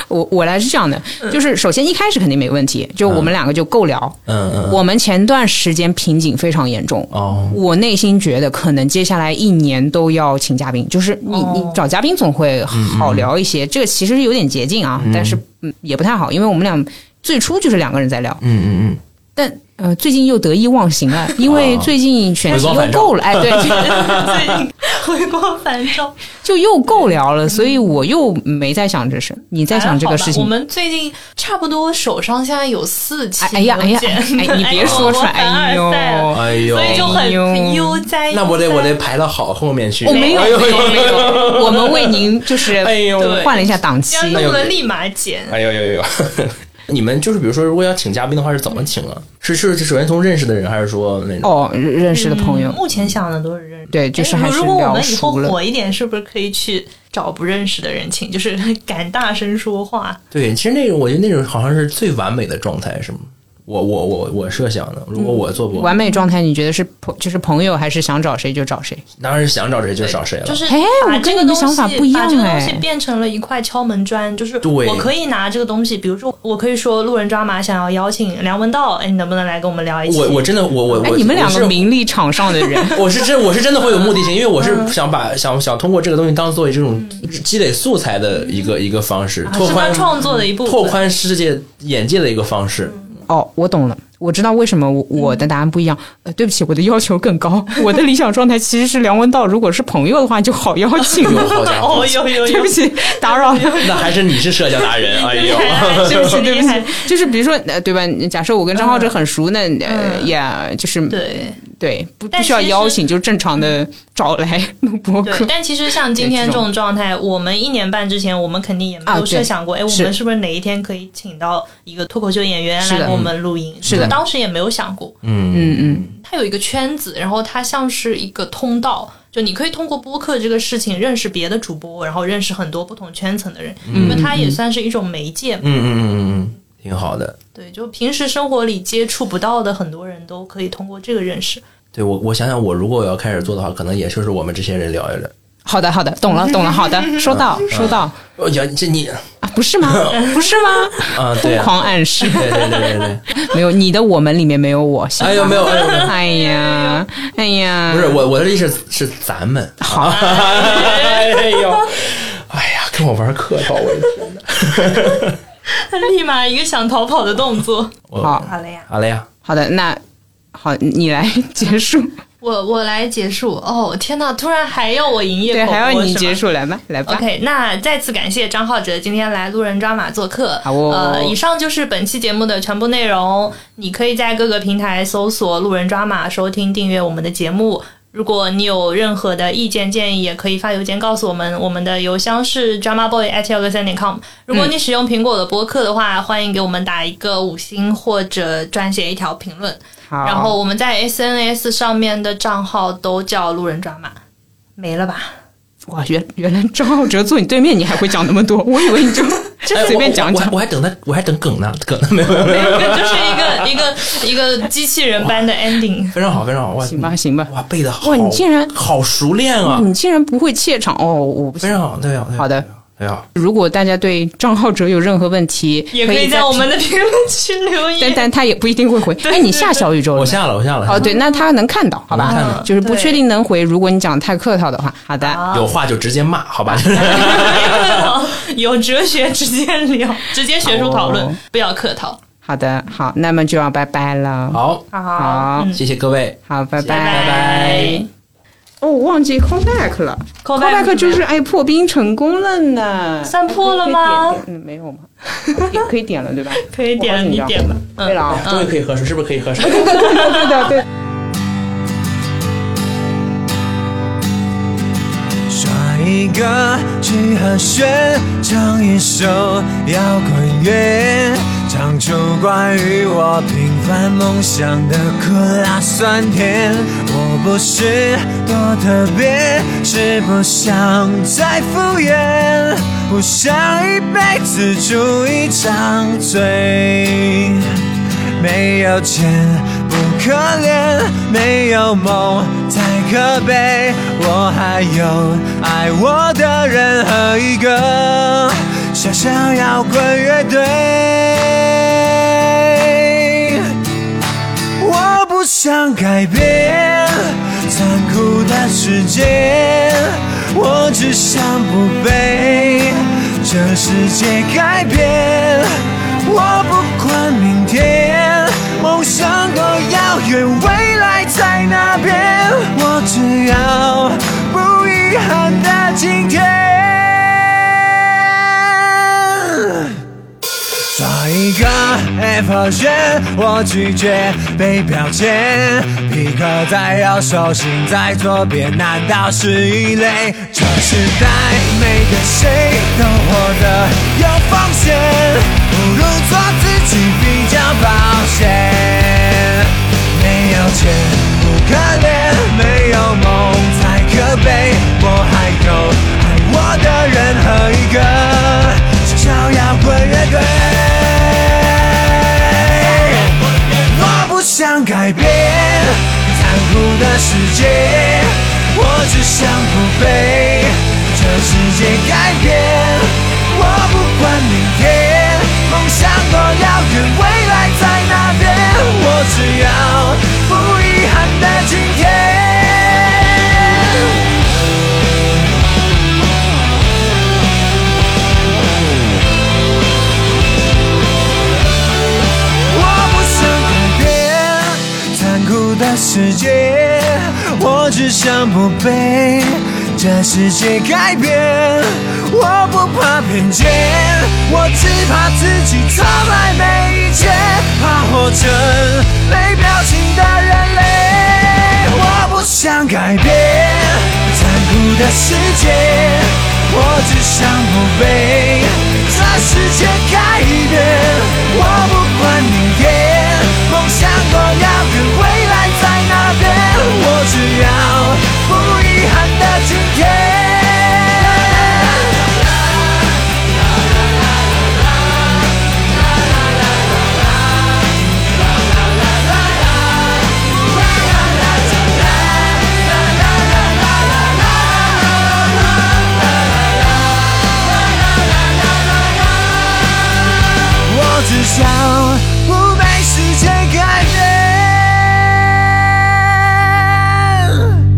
B: 我我来是这样的，
C: 嗯
B: 就是首先一开始肯定没问题，就我们两个就够聊，
A: 嗯嗯，
B: 我们前段时间瓶颈非常严重。
A: 哦，
B: 我内心觉得，可能接下来一年都要请嘉宾，就是你你找嘉宾总会好聊一些，这个其实是有点捷径啊，但是嗯也不太好，因为我们俩最初就是两个人在聊，
A: 嗯嗯
B: 但呃最近又得意忘
A: [laughs]
B: 形了，因为
A: 哦
B: 最近选题
A: 回光
B: 又
A: 返照
B: 够了，哎对，就
C: 最近回光返照，
B: [laughs] 就又够聊了，所以我又没在想这事，你在想这个事
C: 还好吧我
A: 嗯
B: 情。
C: 们最近差不多手上现在有四期
B: 哎哎
C: 文
B: 呀哎呀，
C: 件，
B: 哎
C: [laughs]
B: 你别说出来，哎
C: 呦，我凡尔赛
A: 嗯，
C: 了
B: 呦，
A: 哎呦
C: 所，以就
B: 哎呦
C: 很悠哉。
A: 那我得我得排到好后面去，
B: 啊我哦没有
A: 哎
B: 没
A: 呦
B: 有没有，没有我们为您就是
A: 哎呦
C: 对哎
B: 换了一下档期
C: 要，录了立马剪，
A: [laughs] 哎呦呦呦呦！你们就是比如说，如果要请嘉宾的话，是怎么请啊？是是是首先从认识的人，还是说那种？
B: 哦，认识的朋友
C: 嗯，目前想的都是认识。
B: 对，就是
C: 哎
B: 还是
C: 如果我
B: 聊
C: 们以后
B: 熟了。
C: 火一点，是不是可以去找不认识的人请？就是 [laughs] 敢大声说话，
A: 对，其实那种我觉得那种好像是最完美的状态，是吗？我我我我设想的，如果我做播，
B: 嗯完美状态，你觉得是朋就是朋友，还是想找谁就找谁？
A: 当然是想找谁就找谁了。
C: 就是
B: 哎
C: 把
B: 我跟
C: 这个
B: 你的
C: 东西
B: 想法不一样
C: 把这个东
B: 哎
C: 西变成了一块敲门砖，就是
A: 对
C: 我可以拿这个东西，比如说我可以说路人抓马想要邀请梁文道，哎，你能不能来跟我们聊一期？
A: 我我真的我我
B: 哎，
A: 我
B: 你们两
A: 我
B: 个
A: 是
B: 名利场上的人，
A: 我是真我是真的会有目的性，因为我是
B: 嗯
A: 想把想想通过这个东西当做这种积累素材的一个一个方式，
C: 啊
A: 拓
C: 是他
A: 宽
C: 创作的一部分，
A: 拓宽世界眼界的一个方式。
B: [laughs] 哦，我懂了，我知道为什么我我的答案不一样。呃，对不起，我的要求更高，我的理想状态其实是梁文道，如果是朋友的话就好邀请
A: 哟，
C: [laughs]
A: 好家伙
C: 哦，，有有
B: 对
C: 有
B: 不，起，打扰了。
A: 那还是你是社交达
B: [laughs]
A: 人，哎呦。
B: 对
C: 对
B: 不起，对
C: 厉
B: 不
C: 害，
B: 起，就是比如说，呃，对吧？假设我跟张浩哲很熟，那呃，
C: 嗯
B: 也就是
C: 对。
B: 嗯对，不不
C: 但
B: 需要
C: 其实
B: 邀请，就正常的找 [laughs] 来录播
C: 对
B: 客，。
C: 但其实像今天这种状态，我们一年半之前，我们肯定也没
B: 啊
C: 有
B: 对
C: 设想过，哎，我
B: 是
C: 们是不是哪一天可以请到一个脱口秀演员
B: 是
C: 来
B: 的
C: 给我们录音？
B: 是的
C: 当时也没有想过，
A: 嗯
B: 嗯嗯，
C: 它有一个圈子，然后它像是一个通道，就你可以通过播客这个事情认识别的主播，然后认识很多不同圈层的人，因为它也算是一种媒介嘛。
A: 嗯嗯嗯嗯嗯，挺好的。
C: 对，就平时生活里接触不到的很多人都可以通过这个认识。 [laughs]
A: 对我，我想想，我如果我要开始做的话，可能也就是我们这些人聊一聊。
B: 好的好的，懂了懂了，好的， [laughs] 收到收到
A: 哦，呀，这你
B: 啊，不是 [laughs] 吗？不是吗？
A: 啊，对
B: 疯
A: 啊，
B: 狂暗示，
A: 对对对对对，
B: 没有你的我们里面没有我，行吗
A: 哎呦没有，哎呦没有
B: 哎呀，哎呀，
A: 不是我我的意思是是咱们，
B: 好，
A: 哎呦，哎呀，跟我玩客套，我的天哪！
C: 立马一个想逃跑的动作。
A: 我
B: 好
C: 好了呀，
A: 好了呀，
B: 好的，那好，你来结
C: [laughs]
B: 束，
C: 我我来结束。哦，天呐，突然还要我营业
B: 对，
C: 口
B: 还要
C: 播
B: 你
C: 是吗
B: 结束，来吧，来吧。
C: OK，那再次感谢张浩哲今天来路人抓马做客。
B: 好哦
C: 呃，以上就是本期节目的全部内容。你可以在各个平台搜索“路人抓马”收听、订阅我们的节目。如果你有任何的意见建议，也可以发邮件告诉我们。我们的邮箱是 drama boy at 幺六三点 com。如果你使用苹果的播客的话，欢迎给我们打一个五星或者撰写一条评论。
B: 好，
C: 然后我们在 SNS 上面的账号都叫路人抓马，没了吧？
B: 哇，原原来张浩哲坐你对面，你还会讲那么多， [laughs] 我以为你就就
A: 哎
B: 随便讲
A: 我我
B: 讲
A: 我。还等他，我还等梗呢，梗呢没有没有没有，
C: 那个就是一个一个一个机器人般的 ending。
A: 非常好非常好，哇，
B: 行吧，行吧，
A: 哇背的好，
B: 哇你竟然
A: 好熟练啊，
B: 你竟然不会怯场哦！我不
A: 非常好，对呀，对呀
B: 好的，
A: 对呀，
B: 如果大家对张浩哲有任何问题，
C: 也
B: 可
C: 可以在
B: 在
C: 我，们的评论区留
B: 但
C: 言。
B: 但他也不一定会回。哎，你下小宇宙了
A: 我
B: 吗？
A: 下了我下了，
B: 哦，对，那他能看到，好吧？
A: 能看到
B: 就是不
C: 对
B: 确定能回，如果你讲得太客套的话。好的，
A: 有话就直接骂，好吧？
C: [laughs] 有哲学直接聊，直接学术讨
B: 好
C: 论
B: 哦，
C: 不要客套。
B: 好的，好，那么就要拜拜了。
A: 好，
B: 好
C: 嗯
A: 谢谢各位。
B: 好，拜
C: 拜拜。
B: 哦，我忘记 callback 了
C: Callback
B: 就是哎破冰成功了呢。
C: [laughs] 散破了吗
B: 可以点？嗯，没有吗？也 [laughs] 可以点了对吧？
C: [laughs] 可以
B: 我帮
C: 点，
B: 你
C: 你
B: 聊
C: 点吧。嗯
B: 对了啊
A: 终于可以喝水，是不是可以喝水？
B: [laughs] 对的对的。
D: 刷一个去和弦，唱一首摇滚乐，唱出关于我平凡梦想的苦辣酸甜。我不是多特别，是不想再敷衍，不想一辈子住一张嘴。没有钱不可怜，没有梦才可悲。我还有爱我的人和一个小小摇滚乐队。我不想改变残酷的世界，我只想不被这世界改变。我不管明天，梦想多遥远，未来在哪边？我只要不遗憾的今天。做一个 Apple 人，我拒绝被标签。皮革在右手，心在左边，难道是异类？这时代每个谁都活得有风险，不如做自己比较保险。没有钱不可怜，没有梦才可悲。我还有爱我的人和一个小小摇滚乐队。我不想改变残酷的世界，我只想不被这世界改变。我不管明天梦想多遥远，未来在哪边，我只要不遗憾的今天。我不想改变残酷的世界，我只想不被这世界改变。我不怕偏见，我只怕自己苍白没一切，怕活成没表情的人类。我不想改变残酷的世界，我只想不被这世界改变。我不管明天，梦想多遥远，未来在哪边，我只要不遗憾的今天。我只想不被世界改变。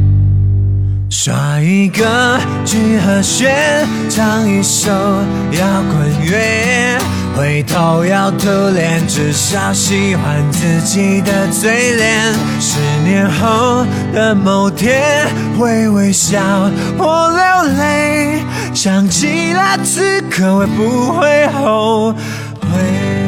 D: 刷一个聚和弦，唱一首摇滚乐，回头要吐脸，至少喜欢自己的嘴脸。十年后的某天，会微笑或流泪，想起了此刻会不会后悔？